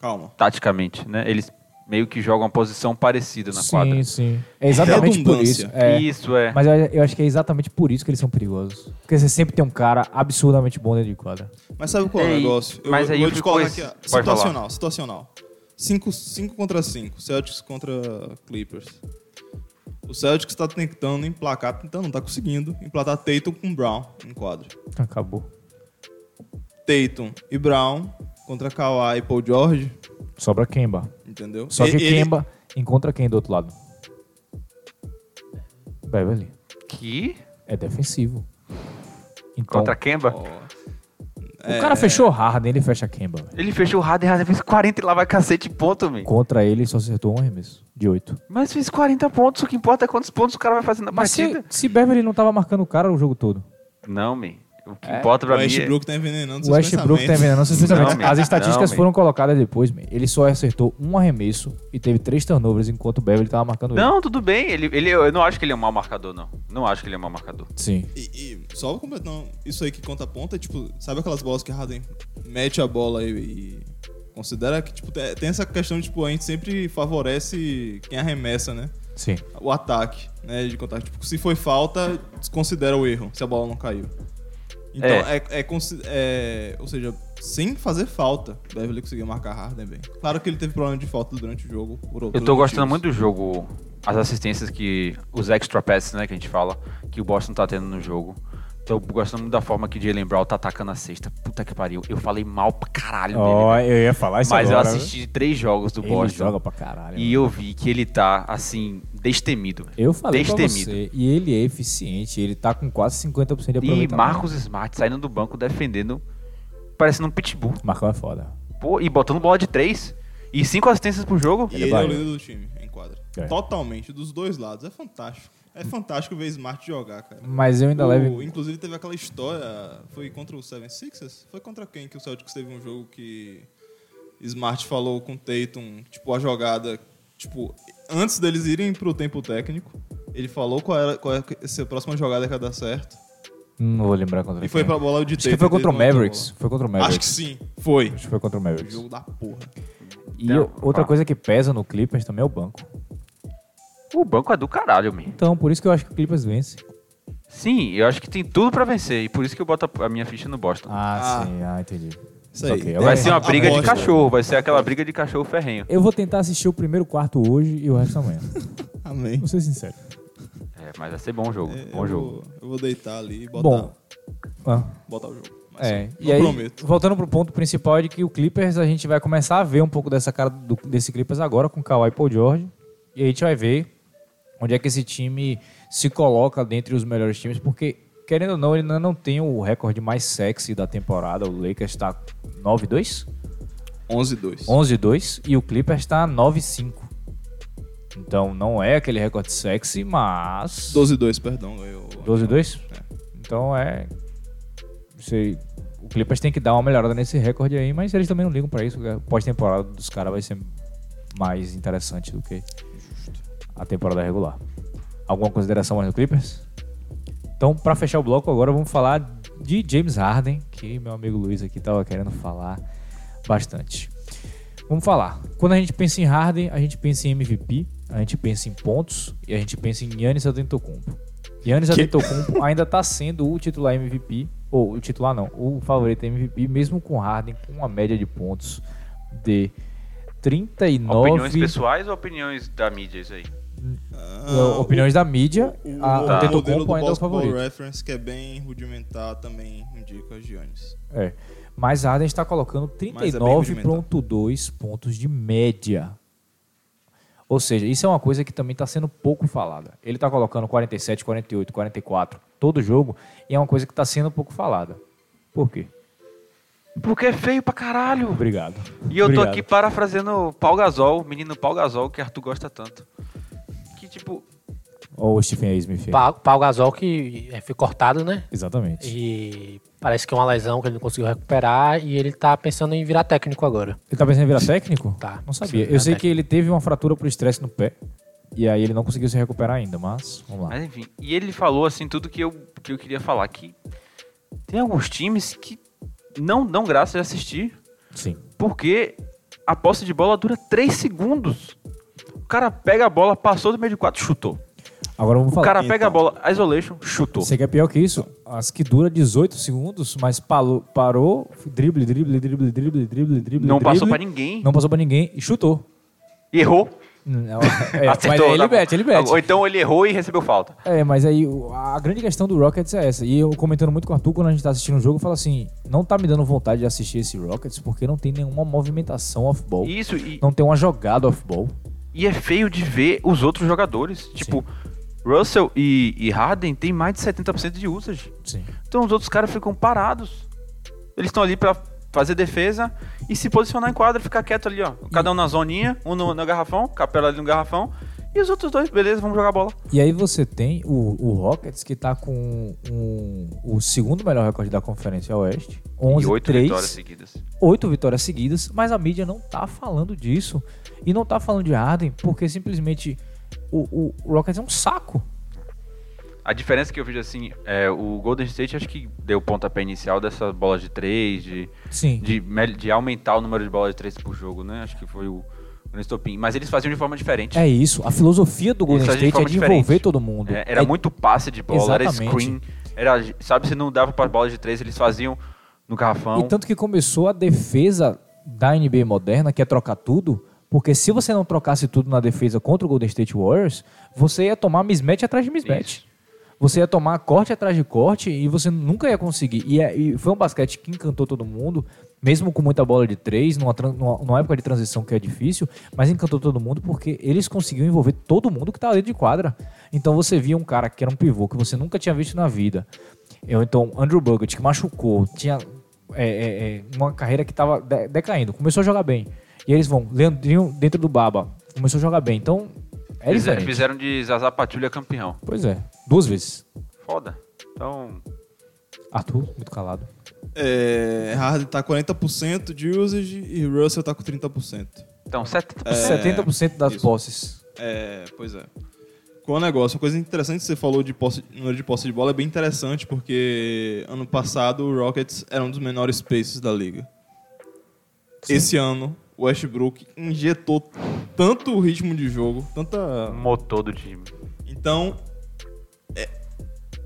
D: Calma.
G: taticamente, né? Eles meio que jogam uma posição parecida na
A: sim,
G: quadra.
A: sim. É exatamente por isso.
D: Redundância.
A: É.
G: Isso é.
A: Mas eu, eu acho que é exatamente por isso que eles são perigosos. Porque você sempre tem um cara absurdamente bom dentro de quadra.
D: Mas sabe qual é o
G: Ei,
D: negócio? Eu,
G: mas aí
D: vou te
G: ficou
D: colocar
G: esse-
D: aqui. ó,
G: pode falar.
D: Situacional, situacional. 5 contra 5. Celtics contra Clippers. O Celtics tá tentando emplacar, tentando, não tá conseguindo emplacar Tatum com Brown em quadro.
A: Acabou.
D: Tatum e Brown contra Kawhi e Paul George,
A: Sobra Kemba.
D: entendeu?
A: Só que é
D: E- ele-
A: Kemba encontra quem do outro lado? Beverly.
G: Que
A: É defensivo. Então,
G: contra Kemba.
A: o
D: é.
A: cara fechou Harden, ele fecha Kemba. velho.
G: Ele fechou o Harden, Harden fez 40 e lá vai cacete ponto, meu.
A: Contra ele só acertou um arremesso de oito.
G: Mas fez 40 pontos, o que importa é quantos pontos o cara vai fazer na
A: Mas
G: partida.
A: se, se Beverly não tava marcando o cara o jogo todo?
G: Não, meu. O que importa pra
D: o
A: Então,
G: mim é...
D: Westbrook tá envenenando
A: O
D: seus
A: Westbrook tá
D: pensamentos.
A: envenenando seus
G: Não,
A: pensamentos.
G: man.
A: As estatísticas
G: Não, man.
A: foram colocadas depois, man. Ele só acertou um arremesso e teve três turnovers enquanto o Beverly tava marcando ele.
G: Não, tudo bem. Ele, ele, eu não acho que ele é um mau marcador, não. Não acho que ele é um mau marcador.
A: Sim.
D: E, e só completando isso aí que conta a ponta, tipo, sabe aquelas bolas que Harden mete a bola e, e considera que, tipo, te- tem essa questão de, tipo, a gente sempre favorece quem arremessa, né?
A: Sim.
D: O ataque, né? De contar. Tipo, se foi falta, desconsidera o erro, se a bola não caiu. Então, é,
G: É.
D: é consi- é- ou seja, sem fazer falta, Beverly conseguiu marcar Harden bem. Claro que ele teve problema de falta durante o jogo. Por
G: Eu tô gostando muito do jogo, as assistências que. Os extra passes, né, que a gente fala, que o Boston tá tendo no jogo. Tô gostando muito da forma que o Jalen Brown tá atacando a cesta. Puta que pariu. Eu falei mal pra caralho dele.
A: Ó,
G: velho.
A: eu ia falar isso
G: Mas
A: agora.
G: eu assisti três jogos do
A: Ele
G: Boston.
A: joga pra caralho.
G: E eu vi que ele tá, assim, destemido. velho.
A: Eu falei pra
G: destemido.
A: você. E ele é eficiente. Ele tá com quase 50% de
G: E
A: aproveitamento.
G: Marcos Smart saindo do banco defendendo, parecendo um pitbull.
A: Marcão é foda.
G: Pô, e botando bola de três. E cinco assistências pro jogo.
D: E ele, é o líder do time em quadra.
A: É.
D: Totalmente, dos dois lados. É fantástico. É fantástico ver Smart jogar, cara.
A: Mas eu ainda
D: O-
A: levo...
D: Inclusive teve aquela história. Foi contra o Seven Sixers? Foi contra quem que o Celtics teve um jogo que Smart falou com o Tatum, tipo, a jogada. Tipo, antes deles irem pro tempo técnico, ele falou qual era qual é a próxima jogada que ia dar certo.
A: Não vou lembrar contra
D: E foi
A: quem.
D: pra bola de
A: Acho
D: Tatum.
A: que foi contra o
D: Tatum matou a
A: Mavericks.
D: bola.
A: Foi contra o
D: Acho
A: Mavericks.
D: que sim. Foi.
A: Acho que foi contra o Mavericks.
D: Jogo da porra.
A: E
G: Então,
A: eu- outra
G: fala.
A: coisa que pesa no Clippers também é o banco.
G: O banco é do caralho, meu.
A: Então, por isso que eu acho que o Clippers vence.
G: Sim, eu acho que tem tudo pra vencer. E por isso que eu boto a- a minha ficha no Boston.
A: Ah,
D: Ah.
A: sim. Ah, entendi.
D: Isso aí.
A: Ok,
D: Tem
A: agora-
G: vai ser uma
D: a-
G: briga de
D: aposta.
G: cachorro. Vai ser aquela briga de cachorro ferrenho.
A: Eu vou tentar assistir o primeiro quarto hoje e o resto amanhã.
D: Amém.
A: Vou ser sincero.
G: É, mas vai ser bom o jogo.
D: É,
G: bom
D: eu
G: jogo.
D: Vou, eu vou deitar ali e botar,
A: Bom. Ah,
D: botar o jogo. Mas
A: é.
D: sim,
A: E
D: não
A: aí,
D: prometo.
A: voltando pro ponto principal é de que o Clippers, a gente vai começar a ver um pouco dessa cara do- desse Clippers agora com Kawhi e Paul George. E aí a gente vai ver onde é que esse time se coloca dentre os melhores times, porque querendo ou não, ele ainda não tem o recorde mais sexy da temporada. O Lakers tá 9-2.
D: 11-2.
A: 11-2 e o Clippers tá 9-5. Então não é aquele recorde sexy, mas
D: 12-2, perdão. Eu...
A: 12-2?
D: É.
A: Então é. não Sei, o Clippers tem que dar uma melhorada nesse recorde aí, mas eles também não ligam pra isso. porque A pós-temporada dos caras vai ser mais interessante do que a temporada regular. Alguma consideração mais do Clippers? Então, pra fechar o bloco, agora vamos falar de James Harden, que meu amigo Luiz aqui tava querendo falar bastante. Vamos falar. Quando a gente pensa em Harden, a gente pensa em MVP, a gente pensa em pontos e a gente pensa em Yannis Adentocumpo. Yannis Adentocumpo ainda tá sendo o titular MVP, ou o titular não, o favorito MVP, mesmo com Harden com uma média de pontos de 39...
G: Opiniões pessoais ou opiniões da mídia, isso aí?
A: Não, opiniões da mídia,
D: Ah,
A: a, Ah,
D: O, o,
A: o
D: o modelo
A: Antetokounmpo
D: do
A: ainda é o
D: Basketball
A: favorito.
D: Reference, que é bem rudimentar, também indica a Giannis.
A: É. Mas Harden está colocando
D: né? Mas é bem
A: 39,2 pontos de média. Ou seja, isso é uma coisa que também está sendo pouco falada. Ele está colocando 47, 48, 44 todo jogo e é uma coisa que está sendo pouco falada. Por quê?
G: Porque é feio pra caralho.
A: Obrigado.
G: E eu
A: Obrigado.
G: tô aqui parafraseando o Paul Gasol, o menino Paul Gasol, que Arthur gosta tanto. Que tipo,
A: Ou o Stephen A. Smith?
F: Pa- Pau Gasol que é, foi cortado, né?
A: Exatamente.
F: E parece que é uma lesão que ele não conseguiu recuperar e ele tá pensando em virar técnico agora.
A: Ele tá pensando em virar técnico?
F: Tá.
A: Não sabia.
F: Sim,
A: Eu sei
F: até.
A: que ele teve uma fratura por estresse no pé. E aí ele não conseguiu se recuperar ainda, mas vamos lá.
G: Mas enfim, e ele falou assim tudo que eu, que eu queria falar, que tem alguns times que não dão graça de assistir,
A: Sim.
G: porque a posse de bola dura 3 segundos. O cara pega a bola, passou do meio de 4, chutou.
A: Agora vamos
G: O
A: falar.
G: cara pega a bola, isolation, chutou.
A: Você quer pior que isso? As que dura 18 segundos, mas palo- parou, drible, drible, drible, drible, drible, drible.
G: Não
A: drible,
G: passou pra ninguém.
A: Não passou pra ninguém e chutou.
G: Errou.
A: Não, é, mas
G: acertou.
A: aí ele
G: tá bom.
A: bete, ele bete.
G: Ou então ele errou e recebeu falta.
A: É, mas aí o- a grande questão do Rockets é essa. E eu comentando muito com o Arthur quando a gente tá assistindo o jogo, eu falo assim: não tá me dando vontade de assistir esse Rockets porque não tem nenhuma movimentação off-ball.
G: Isso, e,
A: Não tem uma jogada off-ball.
G: e é feio de ver os outros jogadores. Tipo, Russell e, e Harden tem mais de 70% de usage.
A: Sim.
G: Então os outros caras ficam parados. Eles estão ali pra fazer defesa e se posicionar em quadra, ficar quieto ali, ó. Cada um na zoninha, um no, no garrafão, capela ali no garrafão. E os outros dois, beleza, vamos jogar bola.
A: E aí você tem o, o Rockets que tá com um- o segundo melhor recorde da Conferência Oeste. 11
G: e oito
A: 3,
G: vitórias seguidas.
A: oito vitórias seguidas, mas a mídia não tá falando disso. E não tá falando de Harden porque simplesmente o, o Rockets é um saco.
G: A diferença que eu vejo assim é o Golden State acho que deu o pontapé inicial dessa bola de três, de,
A: Sim.
G: de, mel- de aumentar o número de bolas de três por jogo, né? Acho que foi o grande estopim. Mas eles faziam de forma diferente.
A: É isso. A filosofia do Golden
G: Isso é de
A: State é
G: forma
A: de envolver
G: diferente.
A: todo mundo.
G: É, era
A: É-
G: muito passe de bola,
A: Exatamente.
G: era screen, era, sabe, se não dava para bolas de três, eles faziam no garrafão.
A: E tanto que começou a defesa da NBA moderna, que é trocar tudo, porque se você não trocasse tudo na defesa contra o Golden State Warriors, você ia tomar mismatch atrás de mismatch.
G: Isso.
A: Você ia tomar corte atrás de corte e você nunca ia conseguir. E, é- e foi um basquete que encantou todo mundo, mesmo com muita bola de três, numa, tran- numa- numa época de transição que é difícil, mas encantou todo mundo porque eles conseguiam envolver todo mundo que tá dentro de quadra. Então você via um cara que era um pivô que você nunca tinha visto na vida. Eu, então, Andrew Bogut, que machucou, tinha é, é, é, uma carreira que estava decaindo, começou a jogar bem. E eles vão, Leandrinho dentro do Baba, começou a jogar bem. Então, é
G: Fize-
A: diferente.
G: fizeram de Zaza Patilha campeão.
A: Pois é, duas vezes.
G: Foda. Então,
A: Arthur, muito calado.
D: É, Harden tá 40% de usage e Russell tá com 30%.
G: então 70%.
A: É. Tipo, 70% das
D: É, isso.
A: posses.
D: É, pois é. Com o negócio, uma coisa interessante que você falou de posse, número de posse de bola é bem interessante, porque ano passado o Rockets era um dos menores paces da liga. Esse ano, o Westbrook injetou tanto ritmo de jogo, tanta
G: Motor do time.
D: então, é,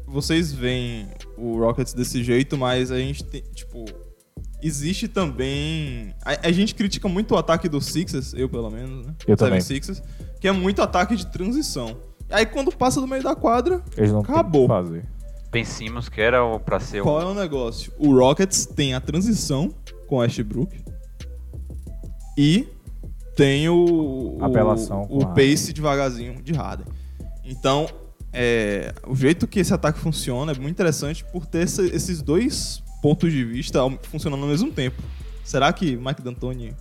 D: vocês veem o Rockets desse jeito, mas a gente tem, tipo, existe também... A, a gente critica muito o ataque do Sixers, eu pelo menos, né?
A: Eu
D: Seven
A: também.
D: Sixers, que é muito ataque de transição. Aí quando passa do meio da quadra,
A: Eles não têm o que
D: Acabou.
A: fazer.
G: Pensamos que era o- pra ser
D: qual
G: um
D: é o negócio? O Rockets tem a transição com o Ashbrook e tem o, o-
A: Apelação com
D: o,
A: a-
D: pace devagarzinho de Harden. Então, é, o jeito que esse ataque funciona é muito interessante por ter esse- esses dois pontos de vista ao- funcionando ao mesmo tempo. Será que Mike D'Antoni...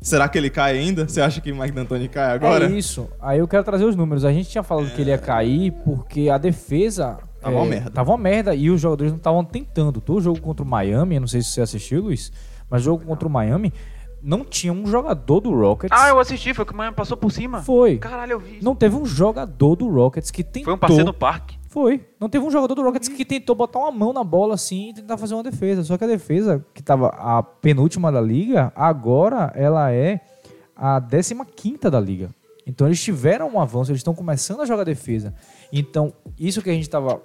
D: Será que ele cai ainda? Você acha que Mike D'Antoni cai agora? É.
A: É isso. Aí eu quero trazer os números. A gente tinha falado que ele ia cair porque a defesa.
D: Tava
A: é,
D: uma merda.
A: Tava uma merda e os jogadores não estavam tentando. Todo jogo contra o Miami, eu não sei se você assistiu, Luiz, mas jogo contra o Miami não tinha um jogador do Rockets.
G: Ah, eu assisti, foi que o Miami passou por cima.
A: Foi.
G: Caralho, eu vi. isso.
A: Não teve um jogador do Rockets que tentou.
G: Foi um passeio no parque.
A: Foi. Não teve um jogador do Rockets que tentou botar uma mão na bola assim e tentar fazer uma defesa. Só que a defesa, que tava a penúltima da liga, agora ela é a 15 da liga. Então eles tiveram um avanço, eles estão começando a jogar defesa. Então, isso que a gente estava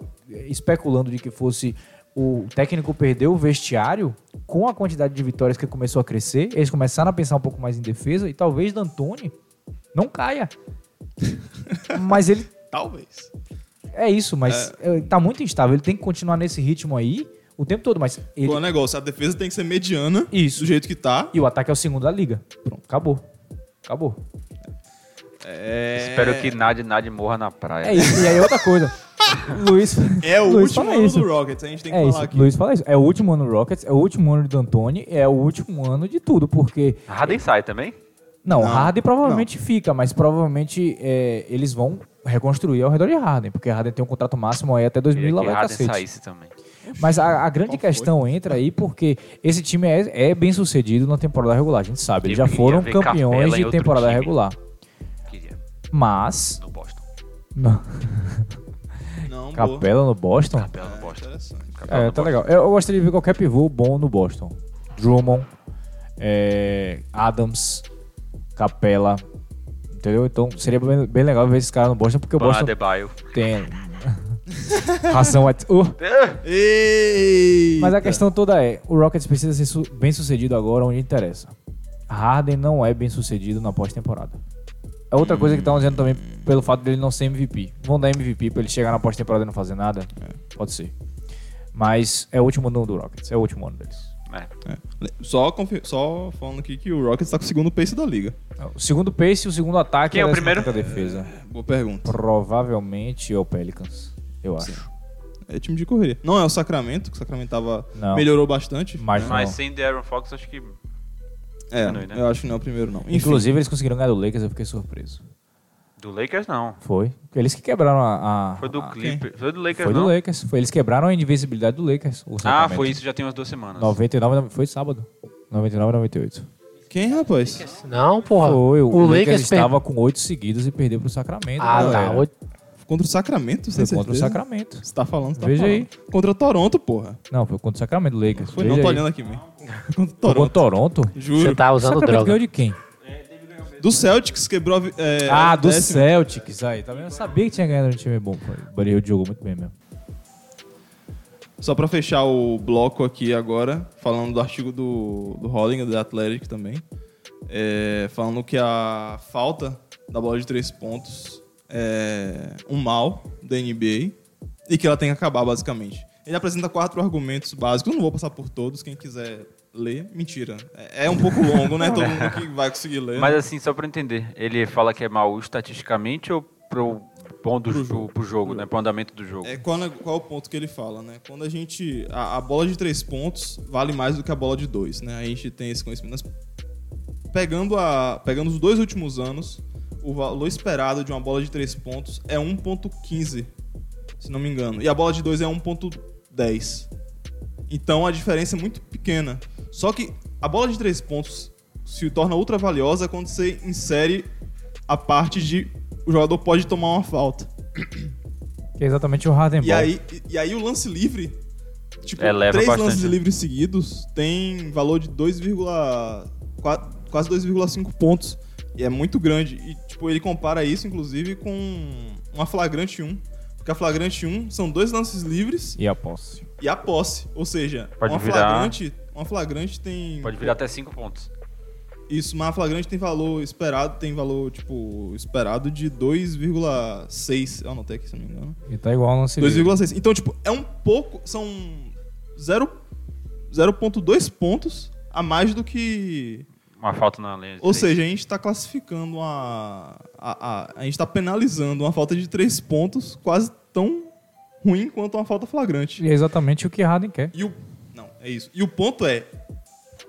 A: especulando de que fosse o técnico perdeu o vestiário, com a quantidade de vitórias que começou a crescer, eles começaram a pensar um pouco mais em defesa e talvez D'Antoni não caia. Mas ele
D: Talvez.
A: é isso, mas eh, tá muito instável. Ele tem que continuar nesse ritmo aí o tempo todo, mas ele.
D: Qual é o negócio? A defesa tem que ser mediana
A: Isso.
D: do jeito que tá.
A: E o ataque é o segundo da liga. Pronto, acabou. Acabou.
G: Espero que Nade Nade morra na praia.
A: É isso. E aí outra coisa. Luiz.
D: É o
A: Luiz
D: último
A: fala
D: ano
A: isso.
D: do Rockets, a gente tem que
A: É
D: falar
A: isso.
D: aqui.
A: Luiz fala isso. É o último ano do Rockets, é o último ano do Antônio, é o último ano de tudo, porque.
G: Harden sai também?
A: Não,
D: Não,
A: Harden provavelmente fica, mas provavelmente eh, eles vão reconstruir ao redor de Harden, porque Harden tem um contrato máximo aí até 2000 e lá
G: Queria que
A: vai
G: Harden
A: cacete.
G: saísse também.
A: Mas a, a grande questão entra aí porque esse time é, é bem sucedido na temporada regular, a gente sabe. Eles
G: Eu
A: já
G: queria
A: foram
G: ver Capela
A: campeões
G: em
A: de
G: outro
A: temporada
G: time.
A: regular.
G: Queria.
A: Mas.
G: No Boston.
A: Não.
D: Não, boa.
A: Capela no Boston?
G: Capela no
D: É,
G: Boston.
D: interessante.
G: Capela
A: É,
G: no
A: tá
G: Boston.
A: legal. Eu, eu gostaria de ver qualquer pivô bom no Boston. Drummond, é, Adams, Capela. Entendeu? Então seria bem, bem legal ver esses caras no Boston, porque o
G: Bam
A: Boston
G: Adebayo.
A: tem. Ração White. Uh,
D: Eita.
A: Mas a questão toda é, o Rockets precisa ser su- bem sucedido agora onde interessa. Harden não é bem sucedido na pós-temporada. É outra coisa que estão dizendo também pelo fato dele não ser MVP. Vão dar MVP pra ele chegar na pós-temporada e não fazer nada?
G: É.
A: Pode ser. Mas é o último ano do Rockets, é o último ano deles.
G: É.
D: É. Só, confi- só falando aqui que o Rockets tá com o segundo pace da liga.
A: É, O segundo pace, o segundo ataque
G: Quem é
A: a
G: o
A: 15ª
G: primeiro? É.
A: defesa.
D: Boa pergunta.
A: Provavelmente é o Pelicans, eu acho.
D: É time de correria. Não é o Sacramento, que o Sacramento tava.
A: Não.
D: Melhorou bastante.
A: Mas
D: né?
A: não.
G: Mas sem Darren Fox, acho que.
D: É,
G: Diminui, né?
D: eu acho que não é o primeiro, não. Enfim,
A: Inclusive, eles conseguiram ganhar do Lakers, eu fiquei surpreso.
G: Do Lakers, não.
A: Foi. Eles que quebraram a. a-
G: Foi do
A: a-
G: Clipper. Foi do Lakers,
A: Ah, Foi
G: não.
A: do Lakers. Foi, eles quebraram a invisibilidade do Lakers. o
G: Ah,
A: Sacramento.
G: foi isso já tem umas duas semanas.
A: 99, foi sábado. 99 98.
D: quem, rapaz?
F: Não, porra.
A: Foi, o,
F: o
A: Lakers, né?
F: Lakers per-
A: estava com oito seguidos e perdeu pro Sacramento.
F: Ah,
A: galera.
F: tá. Oito-
D: Contra o Sacramento,
A: Foi
D: você
A: É, contra o Sacramento.
D: Você tá falando, você tá
A: Veja
D: falando. Contra o Toronto, porra.
A: Não, foi contra o Sacramento do Lakers.
D: Foi,
A: Veja
D: não, tô
A: aí.
D: olhando aqui mesmo. Contra o
A: Foi
D: Toronto.
A: contra Toronto?
D: Juro.
F: Você tá usando
A: Sacramento
F: droga.
A: ganhou de quem?
D: Do Celtics quebrou a. vi- é,
A: ah,
D: a
A: do
D: décima.
A: Celtics. Aí, também eu sabia que tinha ganhado de um time bom. Foi. O Buddy Hill jogou muito bem mesmo.
D: Só pra fechar o bloco aqui agora, falando do artigo do, do Holling, do Athletic também, é, falando que a falta da bola de três pontos é um mal da NBA e que ela tem que acabar, basicamente. Ele apresenta quatro argumentos básicos, eu não vou passar por todos, quem quiser ler, mentira. É, é um pouco longo, né? Todo mundo que vai conseguir ler.
G: Mas
D: né?
G: assim, só pra eu entender, ele fala que é mau estatisticamente ou pro bom do pro jogo, pro jogo né? Pro andamento do jogo.
D: É, qual, é- qual é o ponto que ele fala, né? Quando a gente. A, a bola de três pontos vale mais do que a bola de dois, né? A gente tem esse conhecimento. Mas pegando, a, pegando os dois últimos anos, o valor esperado de uma bola de três pontos é 1,15, se não me engano. E a bola de dois é 1,10. Então a diferença é muito pequena. Só que a bola de três pontos se torna ultra valiosa quando você insere a parte de o jogador pode tomar uma falta.
A: Que é exatamente o Harden
D: E
A: Ball.
D: aí, e, e aí o lance livre, tipo,
G: Eleva
D: três
G: bastante,
D: lances
G: né?
D: livres seguidos tem valor de 2,4 quase 2,5 pontos. E é muito grande. E tipo, ele compara isso inclusive com uma flagrante 1, porque a flagrante 1 são dois lances livres
A: E a posse.
D: e a posse, ou seja,
G: Pode
D: uma
G: virar-
D: flagrante, uma flagrante tem
G: Pode virar até cinco pontos.
D: isso, mas a flagrante tem valor esperado, tem valor tipo esperado de 2,6, eu anotei aqui se eu não me engano.
A: E tá igual ao lance livre.
D: 2,6. Então, tipo, é um pouco. São zero- 0,2 pontos a mais do que.
G: Uma falta na lei.
D: Ou seja, a gente está classificando uma. A, a, a gente está penalizando uma falta de 3 pontos quase tão ruim quanto uma falta flagrante.
A: E é exatamente o que Harden quer.
D: E o. Não, é isso. E o ponto é.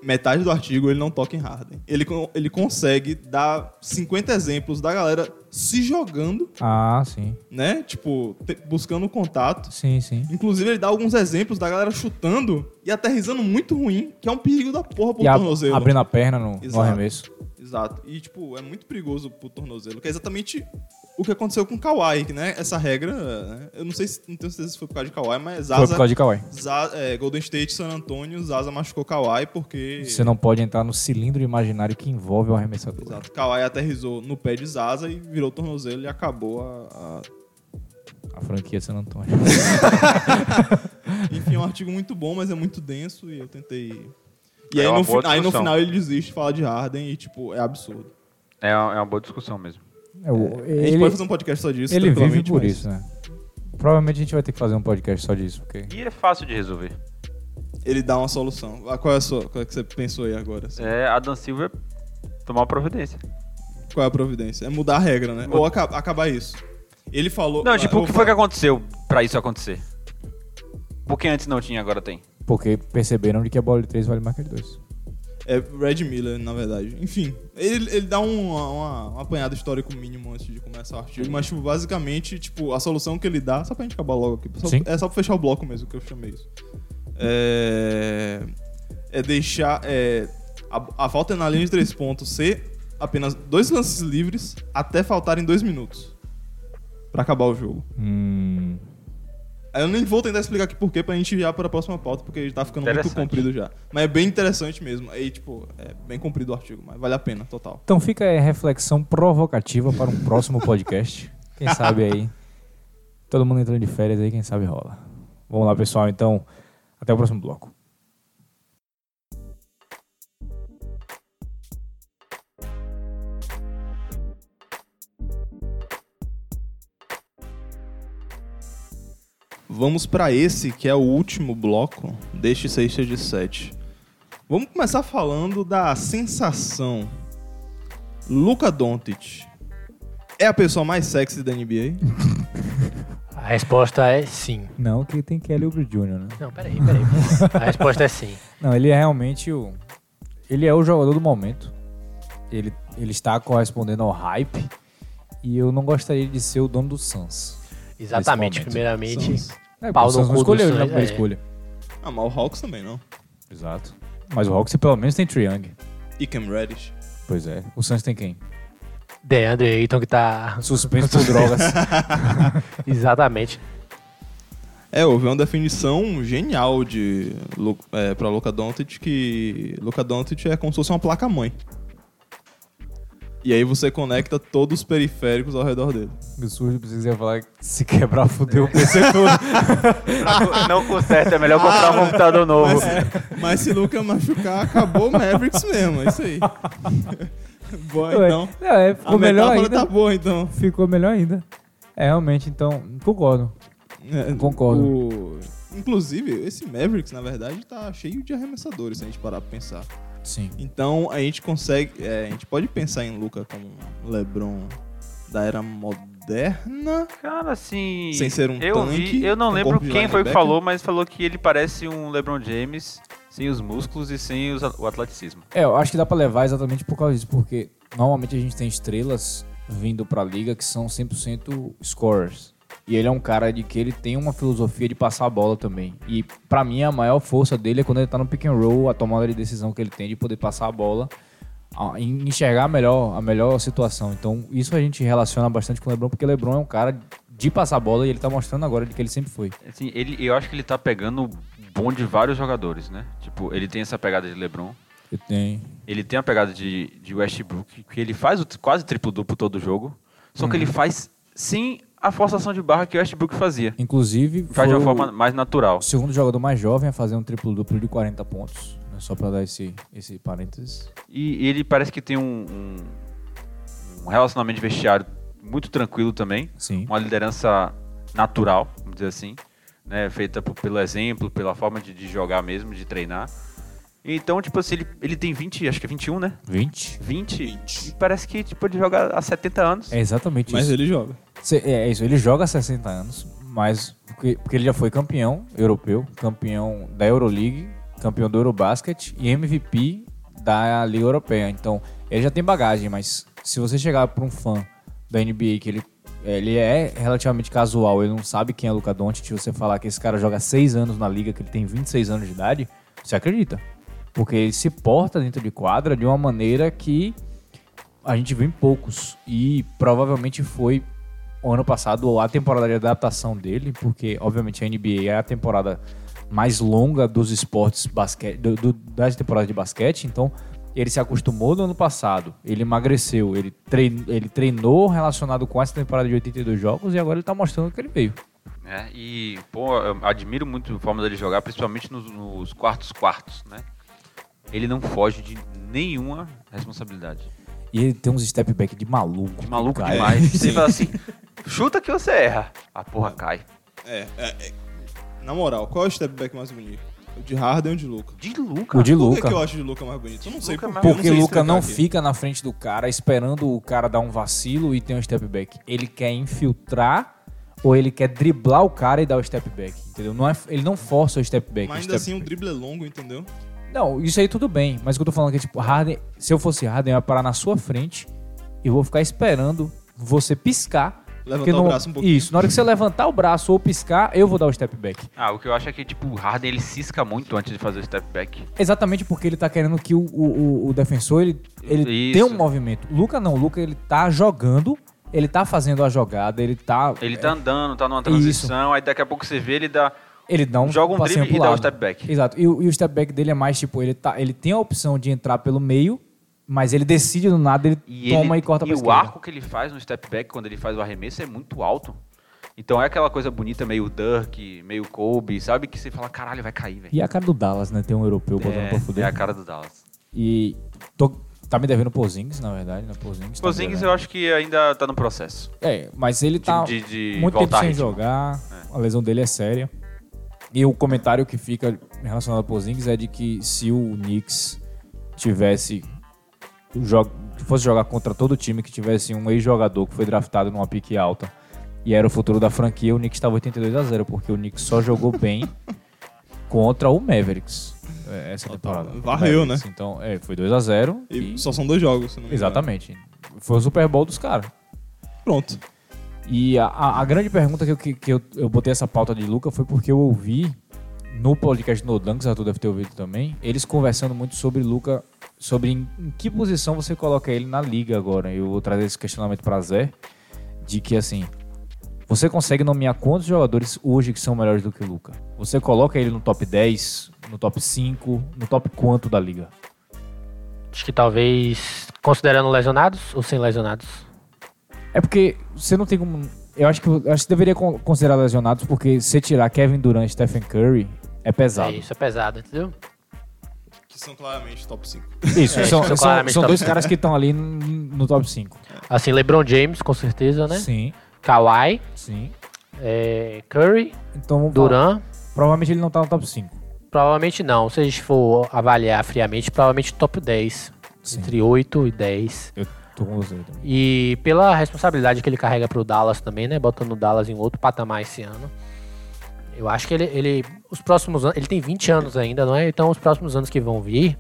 D: Metade do artigo ele não toca em Harden. Ele, con- ele consegue dar 50 exemplos da galera se jogando,
A: Ah, sim.
D: né? Tipo, te- buscando contato.
A: Sim, sim.
D: Inclusive, ele dá alguns exemplos da galera chutando e aterrizando muito ruim, que é um perigo da porra pro
A: E a-
D: tornozelo.
A: abrindo a perna no, no
D: Exato.
A: arremesso.
D: Exato. E, tipo, é muito perigoso pro tornozelo, que é exatamente o que aconteceu com o Kawhi, né? Essa regra, né? Eu não sei se, não tenho certeza se foi por causa de Kawhi, mas
A: Foi
D: Zaza,
A: por causa de Kawhi.
D: Za- é, Golden State, San Antonio, Zaza machucou Kawhi porque...
A: Você não pode entrar no cilindro imaginário que envolve o arremessador.
D: Exato. Kawhi aterrizou no pé de Zaza e virou tornozelo e acabou a... a-
A: A franquia San Antônio.
D: É, Enfim, é um artigo muito bom, mas é muito denso e eu tentei... E
G: É
D: aí,
G: uma
D: no,
G: boa
D: fi- aí no
G: discussão.
D: final ele desiste, fala de Harden e, tipo, é absurdo.
G: É uma, é uma boa discussão mesmo.
A: É, o-
D: A gente
A: ele
D: pode fazer um podcast só disso,
A: ele vive
D: tranquilamente,
A: por
D: mas-
A: isso, né? Provavelmente a gente vai ter que fazer um podcast só disso, porque.
G: E é fácil de resolver.
D: Ele dá uma solução. Ah, Qual é a sua? Qual é que você pensou aí agora? assim?
G: É a Dan Silver tomar providência.
D: Qual é a providência? É mudar a regra, né? Ou aca- acabar isso. Ele falou.
G: Não, tipo,
D: Ah,
G: o que
D: eu-
G: foi que aconteceu pra isso acontecer? Porque antes não tinha, agora tem.
A: Porque perceberam de que a bola de 3 vale mais que a de 2.
D: É Red Miller, na verdade. Enfim, ele, ele dá um, uma, uma apanhada histórico mínimo antes de começar o artigo, mas, tipo, basicamente, tipo, a solução que ele dá, só pra gente acabar logo aqui, só-
A: Sim.
D: é só pra fechar o bloco mesmo que eu chamei isso. É, é deixar é, a, a falta na linha de três pontos ser apenas dois lances livres até faltarem dois minutos Pra acabar o jogo.
A: Hum.
D: Aí Eu nem vou tentar explicar aqui porquê pra gente ir pra próxima pauta, porque ele tá ficando muito
G: Interessante.
D: comprido já. Mas é bem interessante mesmo. Aí, tipo, é bem comprido o artigo, mas vale a pena, total.
A: Então fica aí a reflexão provocativa para um próximo podcast. Quem sabe aí. Todo mundo entrando de férias aí, quem sabe rola. Vamos lá, pessoal, então. Até o próximo bloco.
D: Vamos pra esse, que é o último bloco deste 6 de 7. Vamos começar falando da sensação. Luca Doncic é a pessoa mais sexy da NBA?
F: A resposta é sim.
A: Não, que tem Kelly Oubre Jr., né?
F: Não, peraí, peraí. A resposta é sim.
A: Não, ele é realmente o. Ele é o jogador do momento. Ele, ele está correspondendo ao hype. E eu não gostaria de ser o dono do Suns.
F: Exatamente.
A: momento.
F: Primeiramente,
A: É,
F: Pau
A: o Suns
F: no
A: não
F: cu do
A: escolheu ele
F: Suns,
A: na primeira
F: é.
A: escolha.
D: Ah, mas o Hawks também não.
A: Exato. Mas o Hawks pelo menos tem Trae Young.
D: E Cam Reddish.
A: Pois é. O Suns tem quem?
F: DeAndre Ayton que tá.
A: Suspenso por drogas.
F: Exatamente.
D: É, houve uma definição genial de Lu- é, para Luca Doncic que Luca Doncic é como se fosse uma placa mãe. E aí você conecta todos os periféricos ao redor dele.
A: O surdo precisa falar que se quebrar, fudeu o PC todo.
G: Não conserta, é melhor comprar um computador novo.
D: Mas, mas se Luca machucar, acabou o Mavericks mesmo, é isso aí. Boa, então.
A: Não, é,
D: A
A: ficou melhor
D: metáfora
A: ainda.
D: tá boa, então.
A: Ficou melhor ainda. É, realmente, então, concordo.
D: É,
A: Concordo.
D: o- Inclusive, esse Mavericks, na verdade, tá cheio de arremessadores, se a gente parar pra pensar.
A: Sim.
D: Então a gente consegue. é, a gente pode pensar em Luca como um Lebron da era moderna.
G: Cara, assim.
D: Sem ser um
G: eu
D: tanque,
G: Vi, eu não
D: um
G: lembro
D: corpo de
G: quem foi que
D: linebacker.
G: falou, mas falou que ele parece um LeBron James sem os músculos e sem os- o atleticismo.
A: É, eu acho que dá pra levar exatamente por causa disso, porque normalmente a gente tem estrelas vindo pra liga que são 100% scorers. E ele é um cara de que ele tem uma filosofia de passar a bola também. E pra mim a maior força dele é quando ele tá no pick and roll, a tomada de decisão que ele tem de poder passar a bola, a- em- enxergar a melhor, a melhor situação. Então isso a gente relaciona bastante com o LeBron, porque o LeBron é um cara de passar a bola e ele tá mostrando agora de que ele sempre foi.
G: Assim, ele, eu acho que ele tá pegando o bom de vários jogadores, né? Tipo, ele tem essa pegada de LeBron.
A: Eu tenho.
G: Ele tem a pegada de, de Westbrook, que ele faz o t- quase triplo-duplo todo jogo, só que ele
A: Uhum.
G: faz sem a forçação de barra que o Westbrook fazia.
A: Inclusive,
G: Faz de uma
A: foi o-
G: forma mais natural.
A: O segundo jogador mais jovem a fazer um triplo-duplo de 40 pontos. Né? Só pra dar esse, esse parênteses.
G: E ele parece que tem um, um- um relacionamento de vestiário muito tranquilo também.
A: Sim.
G: Uma liderança natural, vamos dizer assim. Né? Feita por- pelo exemplo, pela forma de, de jogar mesmo, de treinar. Então, tipo assim, ele, ele tem 20, acho que é 21, né?
A: 20?
G: 20. E parece que tipo, ele joga há 70 anos.
A: É exatamente
D: Mas
A: isso.
D: ele joga.
A: Cê- é, é isso, ele joga há 60 anos, mas porque, porque ele já foi campeão europeu, campeão da Euroleague, campeão do Eurobasket e MVP da Liga Europeia. Então, ele já tem bagagem, mas se você chegar pra um fã da NBA que ele, ele é relativamente casual, ele não sabe quem é Luka Doncic, se você falar que esse cara joga 6 anos na liga, que ele tem 26 anos de idade, você acredita. Porque ele se porta dentro de quadra de uma maneira que a gente viu em poucos. E provavelmente foi o ano passado a temporada de adaptação dele, porque obviamente a NBA é a temporada mais longa dos esportes basquete, do- do- das temporadas de basquete, então ele se acostumou no ano passado, ele emagreceu, ele, trein, ele treinou relacionado com essa temporada de 82 jogos e agora ele tá mostrando que ele veio.
G: né? E, pô, eu admiro muito a forma dele jogar, principalmente nos, nos quartos quartos, né? Ele não foge de nenhuma responsabilidade.
A: E ele tem uns step back de maluco.
G: De maluco
A: cara.
G: demais. Você
D: sim.
G: fala assim, chuta que você erra. A porra cai.
D: É, é, é. Na moral, qual é o step back mais bonito? O de Harden ou o de Luca?
G: De Luca.
A: O de
D: Por que
A: Luca.
D: que eu acho o de Luca mais bonito? Eu Ah, não sei
G: Luka é
D: por
G: mais-
D: eu
A: Porque
D: sei
A: Luca
D: explicar
A: não
D: aqui.
A: fica na frente do cara esperando o cara dar um vacilo e ter um step back. Ele quer infiltrar ou ele quer driblar o cara e dar o step back, entendeu? Não é, ele não força o step back. o
D: Mas ainda
A: step
D: assim o
A: back.
D: drible é longo, entendeu?
A: Não, isso aí tudo bem, mas o que eu tô falando é que, tipo, Harden, se eu fosse Harden, eu ia parar na sua frente e vou ficar esperando você piscar.
D: Levantar
A: porque
D: o braço um pouquinho.
A: Isso, na hora que você levantar o braço ou piscar, eu vou dar o step back.
G: Ah, o que eu acho é que, tipo, o Harden ele cisca muito antes de fazer o step back.
A: Exatamente porque ele tá querendo que o, o, o- o defensor ele, ele
G: Isso.
A: tenha um movimento. Luca não, Luca ele tá jogando, ele tá fazendo a jogada, ele tá.
G: Ele tá andando, tá numa
A: Isso.
G: transição, aí daqui a pouco você vê ele dá.
A: Ele dá um
G: Joga um
A: passinho pro
G: drible e dá o
A: lado.
G: step back.
A: Exato. E, o e o step back dele é mais tipo, ele, tá, ele tem a opção de entrar pelo meio, mas ele decide do nada, ele
G: E
A: toma
G: ele,
A: e corta
G: e
A: pra
G: o
A: esquerda.
G: arco que ele faz no step back quando ele faz o arremesso é muito alto. Então é aquela coisa bonita, meio Dirk, meio Kobe, sabe? Que você fala, caralho, vai cair, velho.
A: E a cara do Dallas, né? Tem um europeu botando pra
G: É,
A: fuder.
G: é a cara do Dallas.
A: E tô- tá me devendo Porzingis, na verdade, né? Porzingis. tá me
G: Porzingis
A: devendo.
G: eu acho que ainda tá no processo.
A: É, mas ele tá
G: de- de
A: muito tempo
G: voltar
A: sem
G: a ritmo.
A: jogar, a lesão dele é séria. E o comentário que fica relacionado a Porzingis é de que se o Knicks tivesse jo- fosse jogar contra todo time que tivesse um ex-jogador que foi draftado numa pique alta e era o futuro da franquia, o Knicks tava 82 a 0, porque o Knicks só jogou bem contra o Mavericks. é, Essa temporada.
D: Varreu, né?
A: Mavericks. Então, é, foi 2 a 0
D: E só são dois jogos, se não me engano.
A: Exatamente. Foi o Super Bowl dos caras.
D: Pronto.
A: E a, a- a grande pergunta que, eu, que, que eu, eu botei essa pauta de Luca foi porque eu ouvi no podcast do Dunks, Arthur deve ter ouvido também, eles conversando muito sobre Luca, sobre em, em que posição você coloca ele na liga agora. Eu vou trazer esse questionamento pra Zé, de que assim, você consegue nomear quantos jogadores hoje que são melhores do que o Luca? Você coloca ele no top 10, no top 5, no top quanto da liga?
F: Acho que talvez, considerando lesionados ou sem lesionados.
A: É porque você não tem como. Eu acho que eu acho que deveria con- considerar lesionados, porque se tirar Kevin Durant e Stephen Curry, é pesado.
F: É isso, é pesado, entendeu?
D: Que são claramente top 5.
A: Isso,
F: É,
A: são,
F: isso,
A: são-
F: claramente
A: são
F: top
A: dois
F: cinco.
A: caras que estão ali no, no top 5.
F: Assim, LeBron James, com certeza, né?
A: Sim,
F: Kawhi,
A: sim.
F: é, Curry,
A: Então, vamos falar.
F: Duran.
A: provavelmente ele não tá no top 5.
F: Provavelmente não. Se a gente for avaliar friamente, provavelmente top 10.
A: Sim.
F: Entre 8 e 10.
A: Eu tô com você também.
F: E pela responsabilidade que ele carrega pro Dallas também, né? Botando o Dallas em outro patamar esse ano. Eu acho que ele, ele. Os próximos anos. Ele tem 20 anos ainda, não é? Então os próximos anos que vão vir.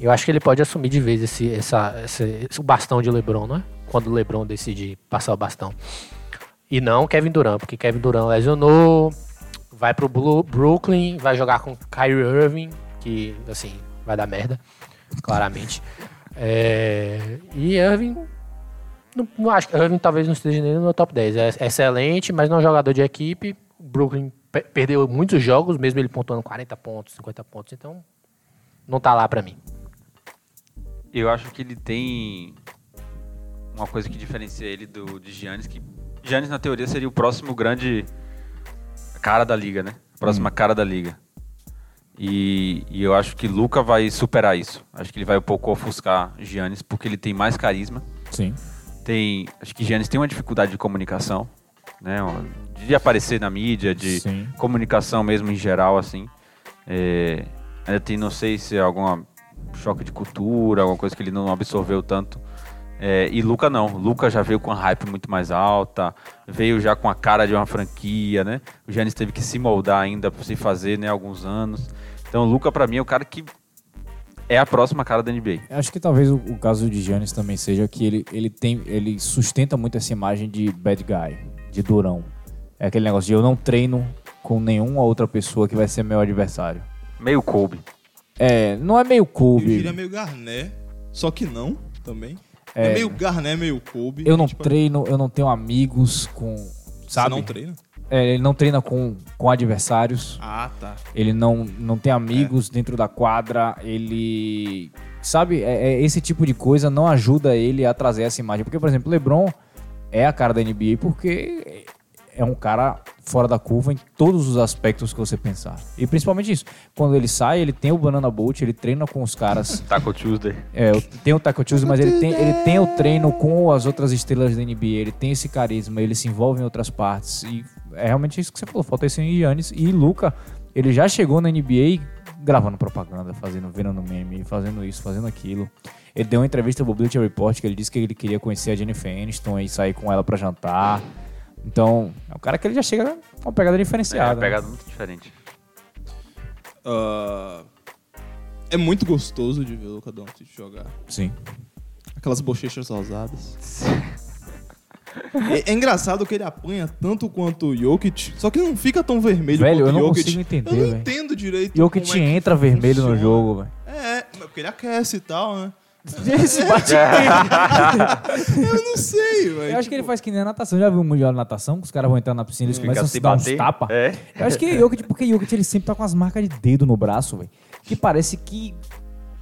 F: Eu acho que ele pode assumir de vez esse, essa, esse, esse- o bastão de LeBron, não é? Quando o LeBron decidir passar o bastão. E não Kevin Durant, porque Kevin Durant lesionou, vai pro Blu- Brooklyn, vai jogar com Kyrie Irving, que, assim, vai dar merda, claramente. É, e Irving, não, não acho que Irving talvez não esteja nem no meu top 10. É excelente, mas não é um jogador de equipe. O Brooklyn pe- perdeu muitos jogos, mesmo ele pontuando 40 pontos, 50 pontos, então não tá lá pra mim.
G: Eu acho que ele tem uma coisa que diferencia ele do de Giannis, que Giannis na teoria seria o próximo grande cara da liga, né? Próxima cara da liga. E, e eu acho que Luca vai superar isso. Acho que ele vai um pouco ofuscar Giannis porque ele tem mais carisma.
A: Sim.
G: Tem, acho que Giannis tem uma dificuldade de comunicação, né? De aparecer na mídia, de
A: Sim.
G: comunicação mesmo em geral, assim. É, ainda tem, não sei se é algum choque de cultura, alguma coisa que ele não absorveu tanto. É, e Luca não. Luca já veio com a hype muito mais alta, veio já com a cara de uma franquia, né? O Giannis teve que se moldar ainda, se fazer, né? Alguns anos. Então, o Luca, pra mim, é o cara que é a próxima cara da NBA.
A: Acho que talvez o, o caso de Giannis também seja que ele, ele, tem, ele sustenta muito essa imagem de bad guy, de durão. É aquele negócio de eu não treino com nenhuma outra pessoa que vai ser meu adversário.
G: Meio Kobe.
A: É, não é meio
D: E o
A: Kobe.
D: Giro é meio Garnet, só que não também. É, meio Garnet, meio Kobe.
A: Eu não
D: Tipo,
A: treino, eu não tenho amigos com. Sabe?
D: Você não treina?
A: É, ele não treina com, com adversários.
D: Ah, tá.
A: Ele não, não tem
D: É.
A: amigos dentro da quadra. Ele. Sabe? É- é esse tipo de coisa não ajuda ele a trazer essa imagem. Porque, por exemplo, o LeBron é a cara da NBA porque é um cara fora da curva em todos os aspectos que você pensar. E principalmente isso. Quando ele sai, ele tem o Banana Boat, ele treina com os caras.
G: Taco Tuesday.
A: É, eu- tem o Taco Tuesday, mas ele tem, ele tem o treino com as outras estrelas da NBA, ele tem esse carisma, ele se envolve em outras partes. E é realmente isso que você falou, falta esse em Giannis. E Luca, ele já chegou na NBA gravando propaganda, fazendo, virando meme, fazendo isso, fazendo aquilo. Ele deu uma entrevista pro Bleacher Report que ele disse que ele queria conhecer a Jennifer Aniston e sair com ela pra jantar. Então, é um cara que ele já chega com uma pegada
G: É,
A: diferenciada. né?
G: pegada muito diferente.
D: Ah, É muito gostoso de ver o Luka Doncic jogar.
A: né? Sim.
D: é Aquelas bochechas ousadas. É, é engraçado que ele apanha tanto quanto o Jokic, só que não fica tão vermelho
A: Velho,
D: quanto
A: eu não
D: o Jokic.
A: consigo entender,
D: Eu não
A: velho.
D: entendo direito
A: Jokic
D: como é que
A: entra vermelho
D: funciona.
A: no jogo, velho.
D: É, mas porque ele aquece e tal, né?
A: Esse bate-
D: Eu não sei, velho.
A: Eu acho que
G: Tipo,
A: ele faz que nem a natação. Já viu o Mundial de Natação? Que os caras vão entrar na piscina e eles começam a se
G: Hum, se
A: dar uns
G: bater.
A: tapas.
G: É.
A: Eu acho que é Jokic, porque Jokic ele sempre tá com as marcas de dedo no braço, velho. Que parece que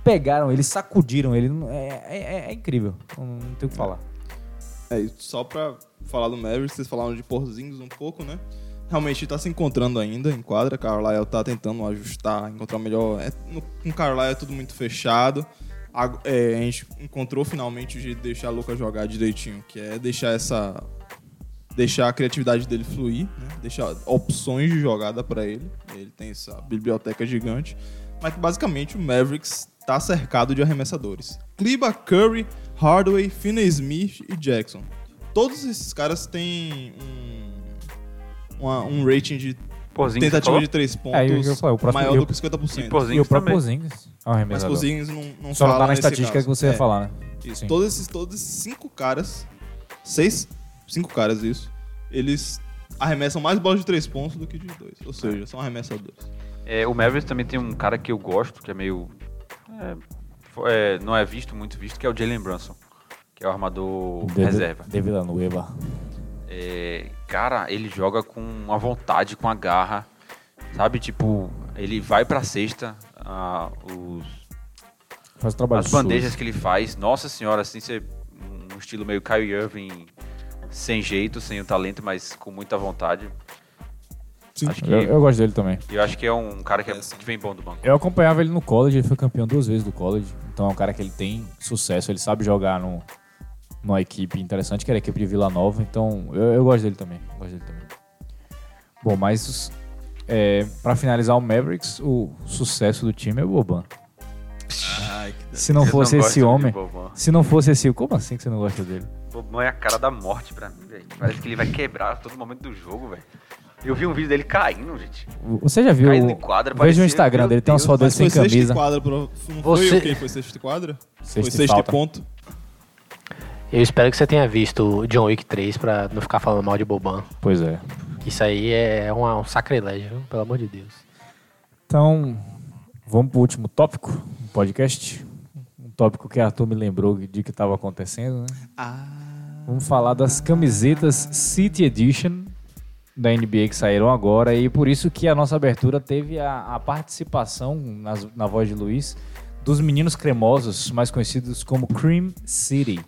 A: pegaram ele, sacudiram ele. Não- É, é- é incrível. Não, não tem o que falar.
D: É, e só pra falar do Mavericks, vocês falaram de Porzingis um pouco, né? Realmente tá se encontrando ainda em quadra. Carlisle tá tentando ajustar, encontrar o melhor. É, no, com Carlisle é tudo muito fechado. A, é, a gente encontrou finalmente o jeito de deixar a Luca jogar direitinho, que é deixar essa. Deixar a criatividade dele fluir, né? deixar opções de jogada pra ele. Ele tem essa biblioteca gigante. Mas que basicamente o Mavericks tá cercado de arremessadores. Kliba, Curry, Hardaway, Finney Smith e Jackson. Todos esses caras têm um, uma- um rating de
G: Porzinho,
D: tentativa de
A: É,
D: três
A: eu-
D: pontos
A: eu falei, o próximo-
D: maior
A: eu-
D: do que 50%.
G: E Porzingis
A: E o próprio
G: também.
A: Porzingis é um
D: mas
A: arremessador.
D: Cousins não, não
A: Só não
D: fala
A: tá na
D: nesse
A: estatística
D: caso.
A: que você
D: É,
A: ia falar, né?
D: Isso.
A: Sim.
D: Todos, esses, todos esses cinco caras, seis, cinco caras isso, eles arremessam mais bolas de três pontos do que de dois. Ou seja, são arremessadores.
G: É, o Mavericks também tem um cara que eu gosto, que é meio. é, fo- é, não é visto, muito visto, que é o Jalen Brunson, que é o armador reserva.
A: De Villanueva.
G: É, cara, ele joga com uma vontade, com a garra, sabe? Tipo, ele vai pra cesta, ah, os,
A: Faz trabalho
G: as bandejas que ele faz, nossa senhora, assim, você, um estilo meio Kyrie Irving, sem jeito, sem o talento, mas com muita vontade.
D: Sim.
G: Acho que,
A: Eu,
G: eu,
A: eu gosto dele também.
G: acho que é um cara que, é-
D: É, sim.
G: que vem bom do banco.
A: Eu acompanhava ele no college, ele foi campeão duas vezes do college. Então é um cara que ele tem sucesso, ele sabe jogar no, numa equipe interessante, que era a equipe de Vila Nova. Então eu, eu gosto dele também. Gosto dele também. Bom, mas os- é, para finalizar o Mavericks, o sucesso do time é o Boban.
D: Ai, que
A: Se não
G: Eu
A: fosse
G: gosto
A: esse
G: de
A: homem.
G: Boban.
A: Se não fosse esse. Como assim que você não gosta dele?
G: Boban é a cara da morte pra mim, velho. Parece que ele vai quebrar a todo momento do jogo, velho. Eu vi um vídeo dele caindo, gente.
A: Você já viu.
G: Caindo em quadra,
A: Veja o
G: parecia-
A: Instagram
G: Meu
A: dele, tem umas
G: Deus,
A: fotos dele
D: Mas foi
A: sem
D: sexto e
A: camisa.
D: quadra, pro- não
F: Você-
D: foi o quê? Foi sexto e quadra?
A: Sexta
D: foi
A: e
D: sexto e
A: falta.
D: ponto.
F: Eu espero que você tenha visto John Wick 3 pra não ficar falando mal de Boban.
A: Pois é.
F: Isso aí é uma- um sacrilégio, viu? pelo amor de Deus.
A: Então, vamos pro último tópico do podcast. Um tópico que Arthur me lembrou de que estava acontecendo, né? Vamos falar das camisetas City Edition da NBA que saíram agora e por isso que a nossa abertura teve a, a participação, nas- na voz de Luiz, dos meninos cremosos, mais conhecidos como Cream City,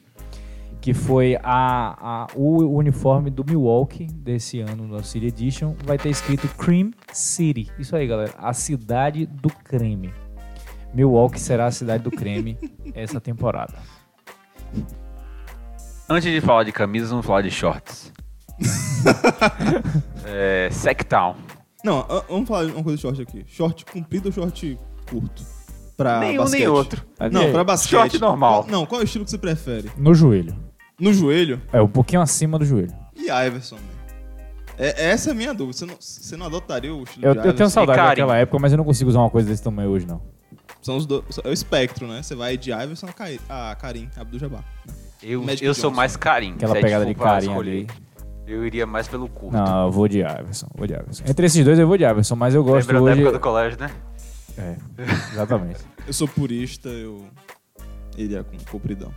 A: que foi a, a- o uniforme do Milwaukee desse ano na City Edition, vai ter escrito Cream City. Isso aí, galera, a cidade do creme. Milwaukee será a cidade do creme essa temporada.
G: Antes de falar de camisas, vamos falar de shorts. é, Sectown.
D: Não, a- vamos falar de uma coisa de short aqui. Short comprido ou short curto? Pra
G: Nenhum
D: Ah, basquete.
G: nem outro.
D: Não, pra basquete.
G: Short normal.
D: Qual- não, qual é o estilo que você prefere?
A: No joelho.
D: No joelho
A: É, um pouquinho acima do joelho.
D: e Iverson, né? É, essa é a minha dúvida. Você não, você não adotaria o estilo
A: Eu,
D: de
A: eu tenho um
D: Iverson?
A: saudade
G: Karim.
A: daquela época, mas eu não consigo usar uma coisa desse tamanho hoje, não.
D: São os dois. É o espectro, né? Você vai de Iverson a, Kai, a Karim, Abdul-Jabbar.
G: Eu,
D: Magic
G: eu sou
D: Johnson.
G: mais carinho.
A: Aquela
G: se é
A: pegada
G: for
A: de
G: pra
A: carinho
G: escolher.
A: ali.
G: Eu iria mais pelo curto.
A: Não, eu vou de Iverson, vou de Iverson. Entre esses dois eu vou de Iverson, mas eu gosto
G: Lembra da
A: hoje...
G: época do colégio, né?
A: É, exatamente.
D: Eu sou purista, eu iria com compridão.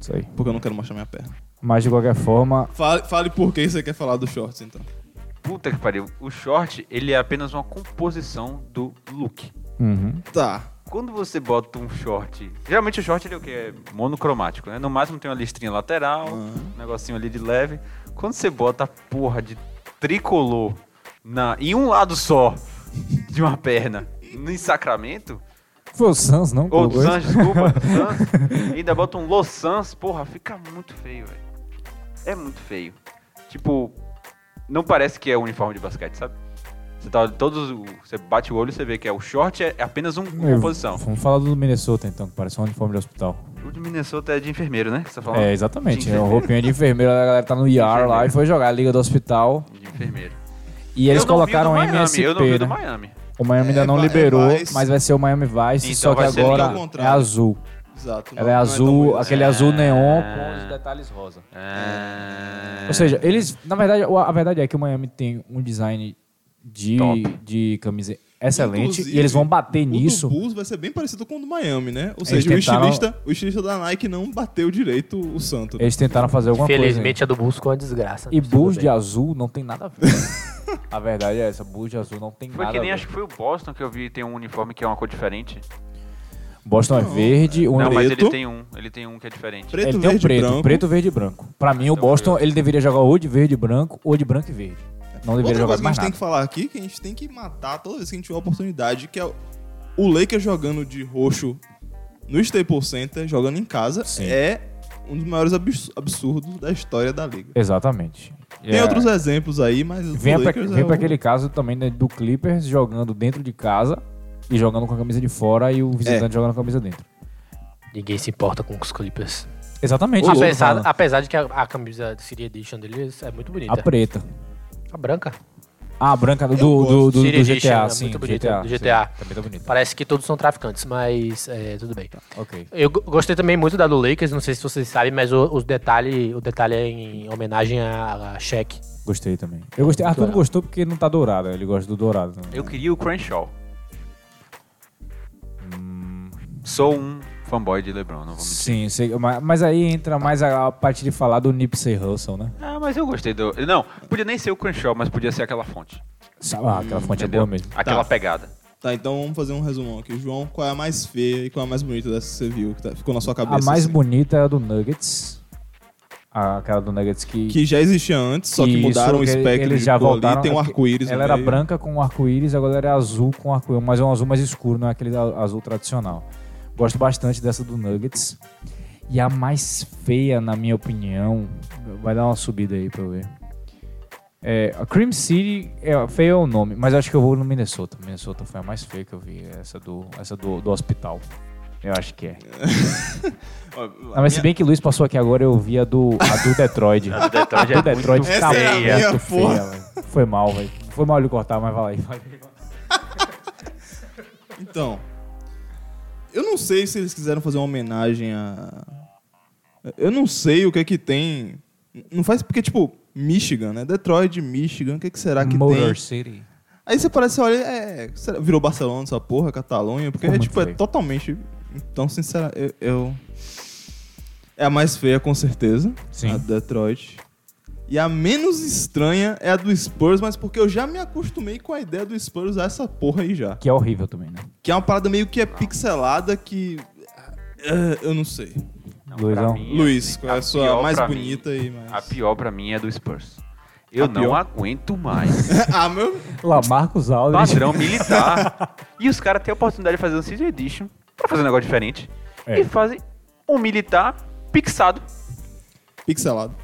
A: Isso aí.
D: Porque eu não quero mostrar minha perna.
A: Mas de qualquer forma,
D: Fale, fale por que você quer falar dos shorts, então.
G: Puta que pariu. O short, ele é apenas uma composição do look.
A: uhum,
D: Tá.
G: Quando você bota um short, geralmente o short ele é o quê? É monocromático, né? No máximo tem uma listrinha lateral, um negocinho ali de leve. Quando você bota a porra de tricolor na, em um lado só de uma perna, em Sacramento,
A: foi o Sans, não?
G: ou
A: Colocou
G: dos
A: isso?
G: Anjos, desculpa, dos Suns, ainda bota um Los Suns, porra, fica muito feio, velho. É muito feio. Tipo, não parece que é uniforme de basquete, sabe? Você tá todos, o- você bate o olho, você vê que é o short é apenas um- uma
A: Eu-
G: composição.
A: Vamos falar do Minnesota, então, que parece um uniforme de hospital.
G: O de Minnesota é de enfermeiro, né? Que você tá falando?
A: É, exatamente.
G: De
A: É uma
G: enfermeiro.
A: roupinha de enfermeira, a galera tá no IR lá e foi jogar a liga do hospital.
G: De enfermeiro.
A: E eles
G: Eu não vi o do
A: colocaram
G: Miami,
A: MSP,
G: Eu não vi o do
A: né?
G: Miami.
A: O Miami ainda
D: É,
A: não
D: vai- é
A: liberou,
D: Vice.
A: mas vai ser o Miami Vice,
G: Então
A: só que
G: vai ser
D: liga ao
A: agora é
D: contrário.
A: azul.
D: Exato.
A: Ela é
D: Não tão
A: azul,
D: bonito.
A: aquele azul neon com os detalhes rosa.
G: É...
A: Ou seja, eles. Na verdade, a verdade é que o Miami tem um design de,
G: Top.
A: de camisa excelente
D: Inclusive,
A: e eles vão bater
D: o
A: nisso.
D: do Bulls vai ser bem parecido com o do Miami, né?
A: Eles
D: Ou seja, o,
A: tentaram-
D: estilista, o estilista da Nike não bateu direito o santo.
A: Eles tentaram fazer alguma
F: Felizmente a do Bulls ficou uma
A: coisa.
F: desgraça.
A: né? E
F: mas tudo
A: Bulls de
F: bem.
A: azul não tem nada a ver. a verdade é essa, Bulls de azul não tem
G: Foi
A: nada
G: é que nem
A: a ver.
G: acho que foi o Boston que eu vi tem um uniforme que é uma cor diferente.
A: Boston é verde, o
G: Não, mas ele
D: preto.
G: tem um. Ele tem um que é diferente.
D: Preto,
A: ele tem
D: verde,
A: o preto,
D: branco.
A: preto, verde e branco. Pra mim, o
G: Então,
A: Boston, ele deveria jogar ou de verde e branco, ou de branco e verde. Não deveria
D: Outra
A: jogar
D: coisa que a
A: mais
D: gente tem
A: nada.
D: que falar aqui, que a gente tem que matar toda vez que a gente tiver a oportunidade, que é o- o Lakers jogando de roxo no Staples Center, jogando em casa,
A: Sim.
D: é um dos maiores abs- absurdos da história da liga.
A: Exatamente.
D: Tem outros exemplos aí, mas o
A: É. Vem, pra,
D: Lakers
A: vem
D: é
A: pra
D: o-
A: aquele caso também né, do Clippers jogando dentro de casa e jogando com a camisa de fora e o
D: É.
A: visitante jogando com a camisa dentro.
F: Ninguém se importa com os Clippers.
A: Exatamente. isso que eu tô
F: Apesar,
A: falando.
F: apesar de que a, a camisa City Edition deles é muito bonita.
A: a preta.
F: A branca.
A: Ah, a branca
G: É,
A: do, do, do, do
F: City Edition,
A: GTA,
F: é
A: sim.
F: muito bonita,
A: GTA,
F: do
A: sim.
F: GTA.
A: Também tá bonita.
F: Parece que todos são traficantes, mas é, tudo bem.
A: Ok.
F: Eu go- gostei também muito da do Lakers, não sei se vocês sabem, mas o, os detalhe, o detalhe é em homenagem a, a Shaq.
A: Gostei também. Eu gostei. Arthur não
F: legal.
A: gostou porque não tá dourado. Ele gosta do dourado. né?
G: Eu queria o Crenshaw. Sou um fanboy de LeBron, não vou mentir.
A: Sim, sei- mas, mas aí entra mais a, a parte de falar do Nipsey Hussle, né?
G: Ah, mas eu gostei do. Não, podia nem ser o Crenshaw, mas podia ser aquela fonte.
A: Ah, aquela fonte é
G: Entendeu?
A: boa mesmo.
G: Aquela
D: Tá.
G: pegada.
D: Tá, então vamos fazer um resumão aqui. João, qual é a mais feia e qual é a mais bonita dessa que você viu? Que tá- ficou na sua cabeça.
A: A mais
D: assim?
A: bonita é a do Nuggets. A- Aquela do Nuggets que...
D: Que já existia antes, só que
A: Isso,
D: mudaram o
A: que
D: espectro
A: eles
D: de
A: já
D: cor
A: voltaram,
D: ali. Tem um
A: é porque
D: arco-íris no
A: Ela era
D: meio.
A: branca com um arco-íris, agora ela é azul com arco-íris, mas é um azul mais escuro, não é aquele a- azul tradicional. Gosto bastante dessa do Nuggets. E a mais feia, na minha opinião, vai dar uma subida aí pra eu ver. É, a Cream City é feia é o nome, mas acho que eu vou no Minnesota. Minnesota foi a mais feia que eu vi, essa do, essa do, do hospital. Eu acho que é.
D: Ó,
A: Não, mas se bem que o Luiz passou aqui agora, eu vi a do, a do Detroit.
G: A do Detroit é
A: do Detroit
G: muito
A: tá
D: feia.
A: muito
D: Essa é a minha,
A: feia,
D: porra.
A: velho. Foi mal, velho. Foi mal ele cortar, mas vai lá. vai lá.
D: Então, eu não sei se eles quiseram fazer uma homenagem a... Eu não sei o que é que tem... Não faz porque, tipo, Michigan, né? Detroit, Michigan, o que, é que será que
A: Motor
D: tem?
A: City.
D: Aí você parece, olha, é... será- virou Barcelona essa porra, Catalunha, porque,
A: Ficou
D: é,
A: muito
D: tipo, é
A: feio.
D: totalmente... Então, sinceramente, eu, eu- É a mais feia, com certeza.
A: Sim.
D: A Detroit. E a menos estranha é a do Spurs, mas porque eu já me acostumei com a ideia do Spurs usar essa porra aí já.
A: Que é horrível também, né?
D: Que é uma parada meio que é pixelada que. ah, eu não sei.
G: Não,
A: Luizão.
G: pra mim,
D: Luiz,
G: assim,
D: qual é a sua
G: pior
D: mais
G: pra mim-
D: bonita e mais.
G: A pior pra mim é do Spurs. Eu
D: A
G: não
D: pior?
G: aguento mais.
D: ah, meu.
A: Lá, Marcos Aldridge.
G: Padrão militar. E os caras têm a oportunidade de fazer um Season Edition pra fazer um negócio diferente.
A: É.
G: E fazem um militar pixado.
D: Pixelado.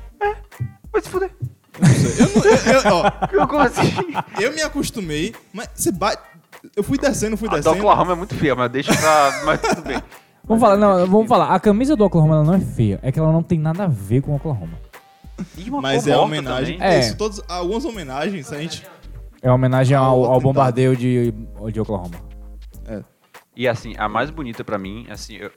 G: Vai se fuder.
D: Não sei. Eu, não- eu- eu- ó,
G: Como assim?
D: eu me acostumei, mas você bate. Eu fui descendo, fui
G: A do
D: descendo.
G: Oklahoma é muito feia, mas deixa pra. Mas tudo bem.
A: Vamos falar, não, vamos falar. A camisa do Oklahoma ela não é feia, é que ela não tem nada a ver com o Oklahoma.
G: E uma
D: Mas
G: cor
D: é a
G: morta
D: homenagem.
G: também.
A: É.
D: Isso, todos, algumas homenagens a gente.
A: É uma homenagem ao, ao
D: atentado.
A: bombardeio de, de Oklahoma.
D: É.
G: E assim, a mais bonita pra mim, assim, eu.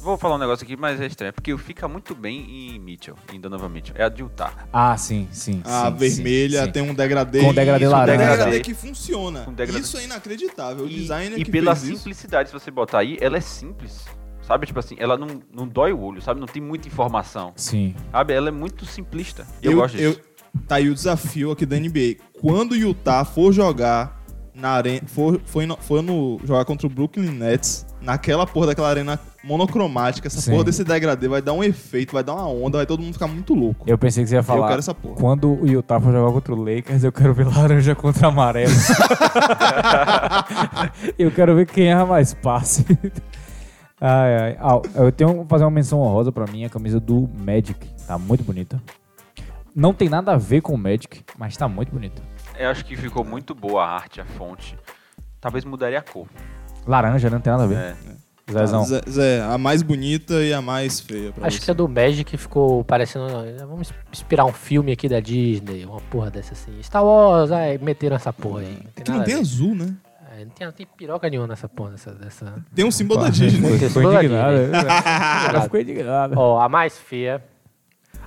G: Vou falar um negócio aqui, mas é estranho. Porque fica muito bem em Mitchell, em Donovan Mitchell. É a de Utah.
A: Ah, sim, sim.
D: A
A: sim,
D: vermelha
A: sim, sim.
D: tem um degradê.
A: Com degradê
D: Isso,
A: laranja.
D: Um degradê que funciona.
G: Com Um degradê.
D: Isso é inacreditável. O
G: E,
D: designer
G: e
D: que
G: pela
D: fez isso.
G: simplicidade, se você botar aí, ela é simples. Sabe, tipo assim, ela não, não dói o olho, sabe? Não tem muita informação.
A: Sim.
G: Sabe? Ela é muito simplista. Eu, gosto disso.
D: tá aí o desafio aqui da NBA. Quando o Utah for jogar na arena. For, foi no, for no- jogar contra o Brooklyn Nets, naquela porra daquela arena monocromática, essa
A: Sim.
D: porra desse degradê vai dar um efeito, vai dar uma onda, vai todo mundo ficar muito louco.
A: Eu pensei que você ia falar.
D: quero essa porra.
A: Quando o Utah for jogar contra o Lakers, eu quero ver laranja contra amarelo. eu quero ver quem erra mais passe. Ai, ai. Ah, eu tenho que fazer uma menção honrosa pra mim, a camisa do Magic. Tá muito bonita. Não tem nada a ver com o Magic, mas tá muito bonita.
G: Eu acho que ficou muito boa a arte, a fonte. Talvez mudaria a cor.
A: Laranja, né? não tem nada a ver.
G: É.
A: Zezão.
F: Tá,
D: Zé, Zé, a mais bonita e a mais feia pra
F: Acho
D: você.
F: que a do Magic ficou parecendo. "Ah, Vamos inspirar um filme aqui da Disney, uma porra dessa assim. Star Wars, ai, meteram essa porra aí. Não tem
D: que
F: nada
D: não
F: a
D: tem
F: ver.
D: azul, né?
F: É, não, tem, não tem piroca nenhuma nessa porra dessa. dessa...
D: Tem um símbolo da Disney.
A: Ficou
F: Ficou
A: indignado. né?
F: indignado.
A: Ela ficou indignada.
F: Ó, a mais feia.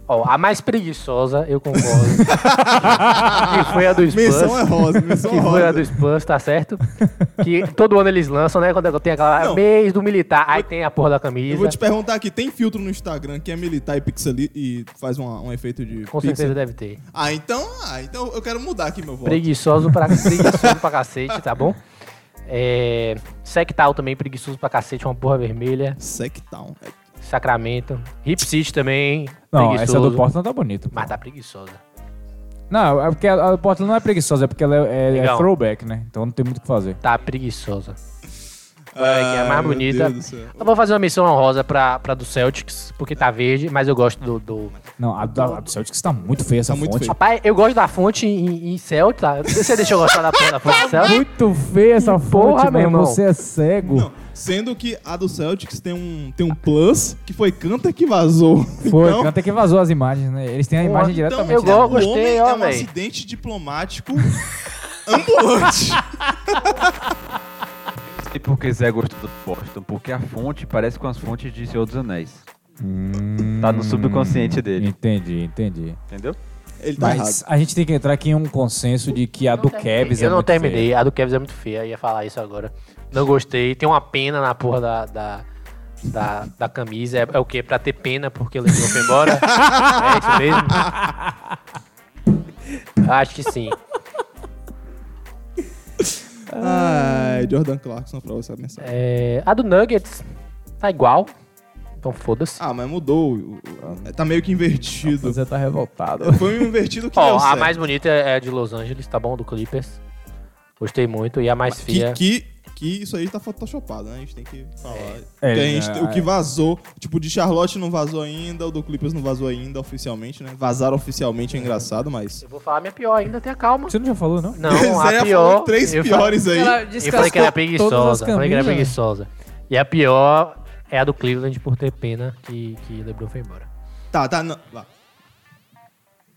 F: Ó, a mais preguiçosa, eu concordo. que foi a do Spurs.
D: Menção é rosa, menção
F: que
D: é
F: foi a
D: rosa.
F: do Spurs, tá certo? Que todo ano eles lançam, né? Quando tem aquela
D: Não.
F: mês do militar, aí tem a porra da camisa.
D: Eu vou te perguntar aqui, tem filtro no Instagram que é militar e pixeli e faz uma- um efeito de
F: Com
D: pixel?
F: certeza deve ter.
D: Ah, então, ah, então eu quero mudar aqui meu voto.
F: Preguiçoso pra, preguiçoso pra cacete, tá bom? É, Sectal também, preguiçoso pra cacete, uma porra vermelha.
D: Sectown.
F: Sacramento. Hip City também,
A: Não,
D: é
F: preguiçoso.
A: essa do Portland tá bonita.
F: Mas tá preguiçosa.
A: Não, é porque a a do Portland não é preguiçosa, é porque ela é, é- é
F: Legal.
A: throwback, né? Então não tem muito o que fazer.
F: Tá preguiçosa.
D: Ah,
F: que é a mais
D: meu
F: bonita.
D: Deus do céu.
F: Eu vou fazer uma missão honrosa pra, pra do Celtics, porque tá verde, mas eu gosto do. do...
A: Não, a, da- a do Celtics tá muito feia essa
D: Tá muito
A: fonte.
D: feia.
F: Rapaz, eu gosto da fonte em, em Celtic, tá? Você deixou eu gostar da fonte da fonte
D: Tá
F: em Celtic?
A: Muito feia essa
F: porra,
A: fonte,
F: meu
A: mano.
F: irmão.
A: Você é cego.
D: Não, sendo que a do Celtics tem um, tem um plus, que foi canta que vazou.
A: Foi,
D: então,
A: tanto é que vazou as imagens, né? Eles têm a imagem
F: então,
A: diretamente.
F: eu
A: né?
F: gosto.
D: o
F: gostei,
D: homem
F: ó,
D: é um
F: véi.
D: acidente diplomático ambulante.
G: E por que Zé gostou do Boston? Porque a fonte parece com as fontes de Senhor dos Anéis. Tá no subconsciente dele,
A: Hum, Entendi, entendi.
G: entendeu?
D: Ele tá
A: Mas a gente tem que entrar aqui em um consenso de que a do Kevs é
F: Eu não
A: muito
F: terminei.
A: feia.
F: A do Kevs é muito feia, ia falar isso agora. Não gostei. Tem uma pena na porra da. da... Da, da camisa, é, é o quê? Pra ter pena porque o Lebron foi embora? é isso mesmo? Acho que sim.
D: errado. Ai, Jordan Clarkson pra você a mensagem.
F: É, a do Nuggets tá igual. Então foda-se.
D: Ah, mas mudou. o- o-
F: Ah.
D: Tá meio que invertido.
A: Você tá revoltado.
D: Foi um invertido que
F: é- Ó,
D: deu
F: a
D: certo.
F: mais bonita é a de Los Angeles, tá bom? Do Clippers. Gostei muito. E a mais feia.
D: Que, que, que isso aí tá photoshopado, né? A gente tem que falar.
A: É,
D: Que a gente-
A: é,
D: o que
A: é.
D: vazou, tipo, o de Charlotte não vazou ainda, o do Clippers não vazou ainda oficialmente, né? Vazaram oficialmente é engraçado, mas.
F: Eu vou falar minha pior ainda, tenha calma.
A: Você não já falou, não?
F: Não,
D: Você
F: Então, a
D: já
F: pior.
D: falou três
F: eu fa-
D: piores aí.
F: Eu falei que ela é preguiçosa. eu Falei que ela é preguiçosa. E a pior é a do Cleveland por ter pena que, que LeBron foi embora.
D: Tá, tá, não. Vá.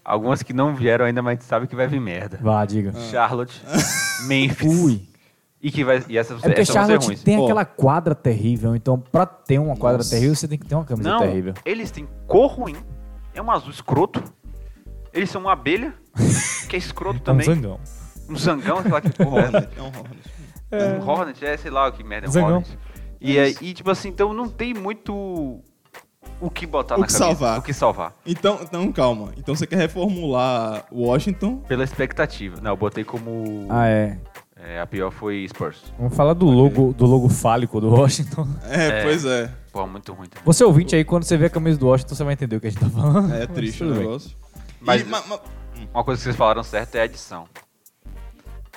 G: Algumas que não vieram ainda, mas a gente sabe que vai vir merda.
A: Vá,
D: Ah.
A: diga.
G: Charlotte, Memphis.
A: Ui.
G: E que vai. E essas,
A: É porque
G: essas vão ser
A: Charlotte
G: ruins.
A: tem
D: Ó.
A: aquela quadra terrível, então pra ter uma quadra
D: Nossa.
A: terrível, você tem que ter uma camisa
G: Não,
A: terrível.
G: eles têm cor ruim. É um azul escroto. Eles são uma abelha, que é escroto
A: É um
G: também.
A: zangão.
G: Um zangão, sei lá que porra. é.
D: Hornet, é um Hornet.
G: Um Hornet, é, sei lá que merda, é um
A: Zangão.
G: Hornet. E,
D: É
G: aí, e, tipo assim, então não tem muito o que botar
D: O
G: na
D: que
G: cabeça.
D: salvar.
G: O que salvar.
D: Então, então, calma. Então você quer reformular Washington?
G: Pela expectativa. Não, eu botei como.
A: Ah, é.
G: é, a pior foi Spurs.
A: Vamos falar do logo, do logo fálico do Washington.
D: É,
G: É.
D: pois é.
G: Pô, muito ruim também.
A: Você ouvinte aí, quando você vê a camisa do Washington, você vai entender o que a gente tá falando.
D: É
A: Mas
D: triste
A: tudo
D: o
A: bem.
D: negócio.
G: Mas-
D: E, ma- ma-
G: Uma coisa que vocês falaram certo é a edição.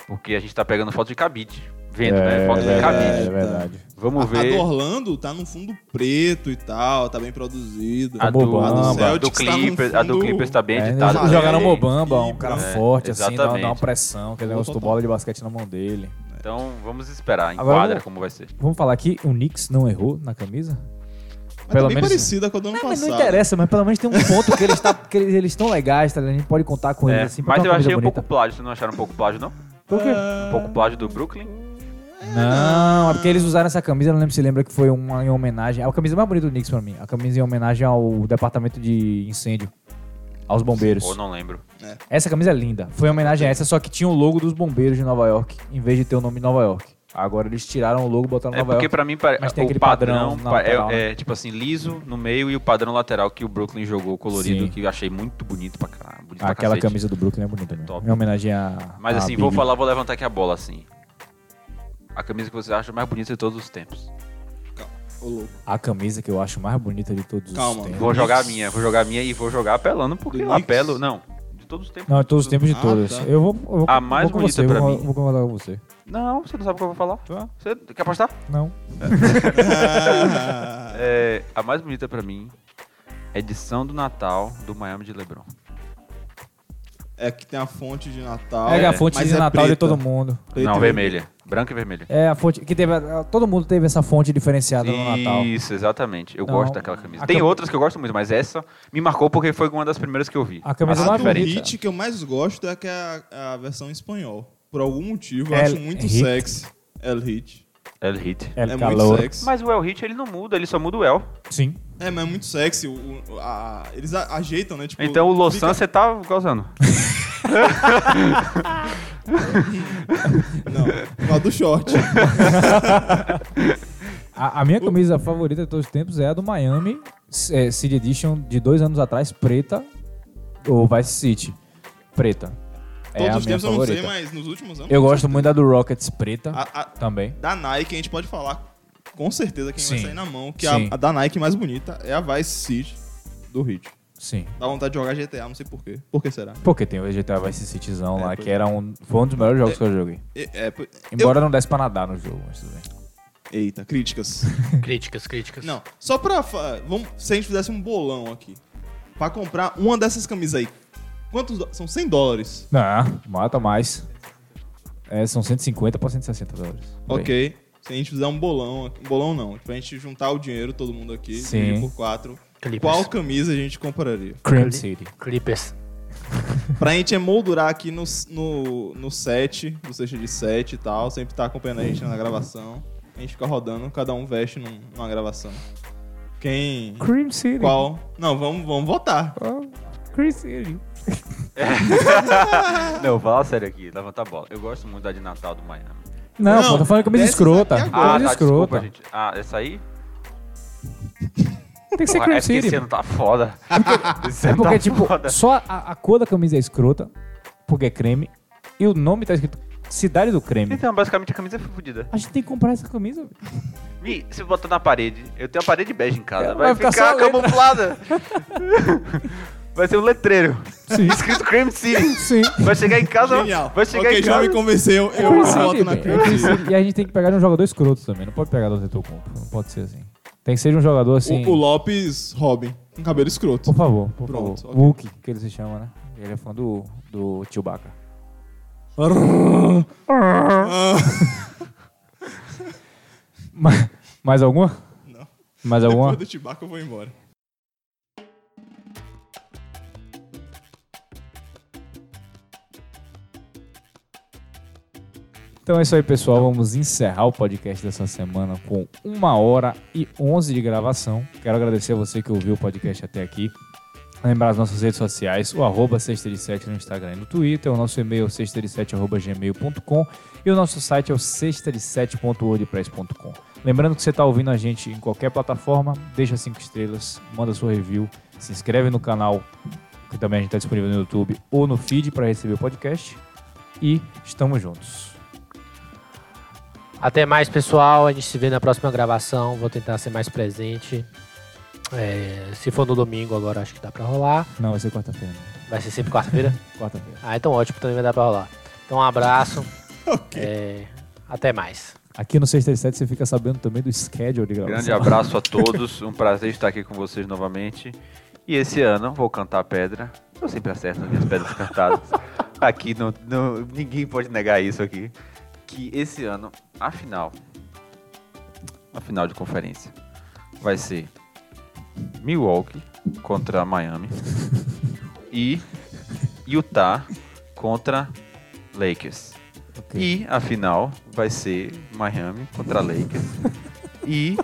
G: Porque a gente tá pegando foto de cabide. Vendo,
A: É,
G: né? Foto de
A: verdade,
G: cabide.
A: é verdade.
G: Vamos
D: a, a do
G: ver.
D: Orlando tá num fundo preto e tal, tá bem produzido.
A: A do-
D: a do
A: Mobamba.
G: do
D: Celtics tá num
G: Clippers, a do
D: fundo-
G: Clippers tá bem
A: É, eles
G: editada.
D: né?
A: jogaram
D: Olha aí.
A: Mobamba, um cara
G: É,
A: forte, assim, dá, dá uma
G: exatamente.
A: pressão, aquele negócio do
D: Total.
A: bola de basquete na mão dele.
G: Então vamos esperar em
A: Agora
G: quadra
A: vamos-
G: como vai ser.
A: Vamos falar aqui, o Knicks não errou na camisa?
D: Mas
A: Pelo
D: tá bem
A: menos- É,
D: parecida com a do ano
A: mas
D: passado.
A: não interessa, mas pelo menos tem um ponto que eles tá- que eles- eles estão legais, tá? ligado? A gente pode contar com eles,
G: É,
A: assim, pra
G: mas
A: ter
G: eu
A: uma camisa
G: achei um
A: bonita.
G: pouco plágio. Vocês não acharam um pouco plágio, não?
A: Por quê?
G: Um pouco plágio do Brooklyn?
A: Não, é porque eles usaram essa camisa, eu não lembro se lembra que foi uma em homenagem. É a camisa mais bonita do Knicks pra mim. A camisa em homenagem ao departamento de incêndio. Aos bombeiros.
G: Ou não lembro.
A: Essa camisa é linda. Foi em homenagem a essa, só que tinha o logo dos bombeiros de Nova York, em vez de ter o nome Nova York. Agora eles tiraram o logo e botaram
G: É
A: Nova
G: porque
A: York.
G: pra mim pare-
A: mas tem aquele
G: o padrão,
A: padrão na
G: pa- é,
A: lateral, né?
G: é, tipo assim, liso no meio e o padrão lateral que o Brooklyn jogou colorido,
A: Sim.
G: que eu achei muito bonito pra caralho. bonito pra
A: Aquela
G: cacete.
A: camisa do Brooklyn é bonita mesmo.
G: Top.
A: Em homenagem a.
G: Mas
A: a
G: assim, vou
A: Biggie.
G: falar, vou levantar aqui a bola assim. A camisa que você acha mais bonita de todos os tempos.
D: Ô, louco.
A: A camisa que eu acho mais bonita de todos
D: Calma.
A: os tempos.
G: Vou jogar a minha, vou jogar a minha e vou jogar apelando porque
D: Do
G: eu
D: Knicks?
G: apelo. Não, de todos os tempos.
A: Não, é todos os tempos de
D: Ah,
A: todas.
D: tá.
A: Eu vou. Eu vou
G: A mais
A: vou com
G: bonita
A: você,
G: pra
A: vou,
G: mim.
A: Vou concordar com você.
G: Não, você não sabe o que eu vou falar.
A: Tá.
G: Você quer apostar?
A: Não.
D: Ah,
G: É, a mais bonita pra mim é a edição do Natal do Miami de LeBron.
D: É que tem a fonte de Natal.
A: Pega a fonte
D: mas
A: de
D: é
A: Natal de
D: preta.
A: todo mundo.
D: Preta
G: não,
D: e
G: vermelha. Branca e vermelha.
A: É a fonte que teve. Todo mundo teve essa fonte diferenciada no Natal.
G: Isso, exatamente. Eu
A: Não,
G: gosto daquela camisa.
A: a
G: Tem
A: cam-
G: outras que eu gosto muito, mas essa me marcou porque foi uma das primeiras que eu vi.
A: A camisa
G: Assim,
A: lá
D: A
A: é
D: do
A: diferente,
D: hit que eu mais gosto é que é a, a versão em espanhol. Por algum motivo, eu
A: El
D: acho muito
A: É Hit.
D: sexy. El Hit.
G: El Hit.
A: El
D: é muito
A: calor.
D: sexy.
G: Mas o El Hit ele não muda, ele só muda o El.
A: Sim.
D: É, mas é muito sexy. o- o- a- eles a- ajeitam, né? Tipo,
G: Então o Los
D: fica-
G: Santos você tá causando.
D: Não, lá do short.
A: É, A, a minha camisa favorita de todos os tempos é a do Miami é, City Edition de dois anos atrás, preta. Ou Vice City. Preta. é
D: Todos
A: a
D: os
A: minha
D: tempos eu não sei,
A: favorita.
D: mas Ah. nos últimos anos.
A: Eu gosto muito da do Rockets preta
D: A- a-
A: também.
D: da Nike, a gente pode falar com certeza quem vai
A: Sim.
D: sair na mão, que a,
A: Sim.
D: a da Nike mais bonita é a Vice City do Hit.
A: Sim.
D: Dá vontade de jogar GTA, não sei porquê. Por que será?
A: Porque tem o GTA Vice Cityzão lá,
D: É, pois
A: que era um, foi um dos melhores jogos que eu joguei.
D: E- É, pô-
A: Embora não desse pra nadar no jogo, mas tudo bem.
D: eu- Eita, críticas.
F: Críticas, críticas.
D: Não, só pra. fa- Vamos, se a gente fizesse um bolão aqui, pra comprar uma dessas camisas aí, quantos. do- São 100 dólares.
A: Não, mata mais. É, são 150 pra 160 dólares. Por aí.
D: Ok. Se a gente fizer um bolão, aqui- um bolão não, tipo, a gente juntar o dinheiro, todo mundo aqui,
A: Sim.
D: dividir por quatro,
F: Clippers.
D: qual é camisa a gente compraria?
A: Cream City.
F: Clippers.
D: Pra gente emoldurar aqui no, no, no set, do sexta de sete e tal, sempre tá acompanhando a gente na gravação. A gente fica rodando, cada um veste num- numa gravação. Quem.
A: Cream City.
D: Qual? Não, vamos, vamos votar.
A: Cream City.
G: Não, fala sério aqui, levanta a bola. Eu gosto muito da de Natal do Miami.
A: Não,
D: Não,
A: pô, tô falando camisa
D: dessas
A: escrota.
D: aqui
G: Ah,
A: Camisa
G: tá, desculpa,
A: é escrota.
G: gente. Ah, essa aí?
A: Tem que ser
G: Porra,
A: Cream
G: é porque
A: City.
G: esse ano tá foda. Esse
A: É
G: ano
A: porque,
G: tá
A: tipo,
G: foda.
A: só a, a cor da camisa é escrota, porque é creme, e o nome tá escrito Cidade do Creme.
G: Então, basicamente a camisa foi fodida.
A: A gente tem que comprar essa camisa. velho.
G: Mi, se botar na parede, eu tenho a parede bege em casa,
A: Ela vai
G: vai,
A: ficar
G: ficar,
A: só a letra.
G: camuflada. vai ser um letreiro. Escrito Cream City.
A: Sim.
G: Vai chegar em casa,
D: Genial.
G: vai chegar
D: ok,
G: em
D: já
G: casa.
D: me convenceu. Eu
A: Cream
D: voto
A: City,
D: na
A: velho.
D: Cream
A: É Cream
D: City.
A: City. E a gente tem que pegar de um jogador escroto também. Não pode pegar do Tetocompo. Não pode ser assim. Tem que ser de um jogador assim.
D: O, o Lopes Robin, com cabelo escroto.
A: Por favor, por
D: Pronto,
A: favor.
D: ok.
A: Hulk, que ele se chama, né? Ele é fã do, do Chewbacca. Ma- Mais alguma?
D: Não.
A: Mais
D: Depois
A: alguma?
D: do Chewbacca eu vou embora.
A: Então é isso aí, pessoal. Vamos encerrar o podcast dessa semana com uma hora e 11 de gravação. Quero agradecer a você que ouviu o podcast até aqui. Lembrar as nossas redes sociais, o arroba sexta de sete no Instagram e no Twitter, o nosso e-mail sexta de sete arroba gmail.com e o nosso site é o sexta de sete.wordpress.com. Lembrando que você está ouvindo a gente em qualquer plataforma, deixa cinco estrelas, manda sua review, se inscreve no canal, que também a gente está disponível no YouTube ou no feed para receber o podcast. E estamos juntos.
F: Até mais, pessoal. A gente se vê na próxima gravação. Vou tentar ser mais presente. É, se for no domingo agora, acho que dá pra rolar.
A: Não, vai ser quarta-feira.
F: Vai ser sempre quarta-feira?
A: Quarta-feira.
F: Ah, então ótimo, também vai dar pra rolar. Então um abraço.
D: Ok.
F: É, até mais.
A: Aqui no 637 você fica sabendo também do schedule de gravação.
G: Grande abraço a todos, um prazer estar aqui com vocês novamente. E esse ano vou cantar a pedra. Eu sempre acerto as minhas pedras cantadas. Aqui no, no- ninguém pode negar isso aqui. Que esse ano, a final, a final de conferência vai ser Milwaukee contra Miami e Utah contra Lakers.
A: Ok.
G: E a final vai ser Miami contra Lakers. E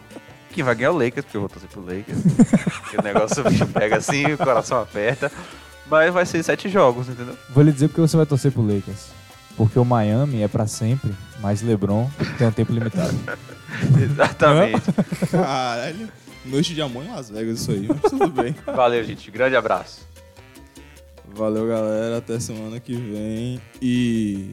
G: quem vai ganhar é o Lakers, porque eu vou torcer pro Lakers. Porque o negócio o bicho pega assim, o coração aperta. Mas vai ser sete jogos, entendeu?
A: Vou lhe dizer porque você vai torcer pro Lakers. Porque o Miami é pra sempre, mas LeBron tem um tempo limitado.
G: Exatamente.
D: Caralho. Noite de amor em Las Vegas, isso aí. Mas tudo bem.
G: Valeu, gente. Grande abraço.
D: Valeu, galera. Até semana que vem. E.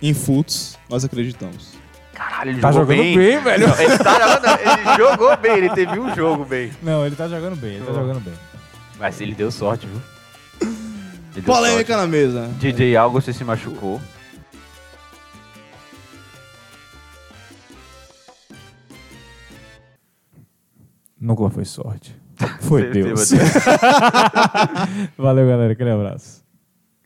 D: Em futs, nós acreditamos.
G: Caralho, ele
A: tá
G: jogou
A: jogando
G: bem.
A: bem, velho.
G: Não, ele, tá jogando- ele jogou bem, ele teve um jogo bem.
A: Não, ele tá jogando bem, ele tá jogando bem.
G: Mas ele deu sorte, viu? Ele deu
D: Polêmica na mesa.
G: sorte. DJ Augusto se machucou.
A: Nunca foi sorte. Foi
G: Certeza
A: Deus. Valeu, galera. Aquele abraço.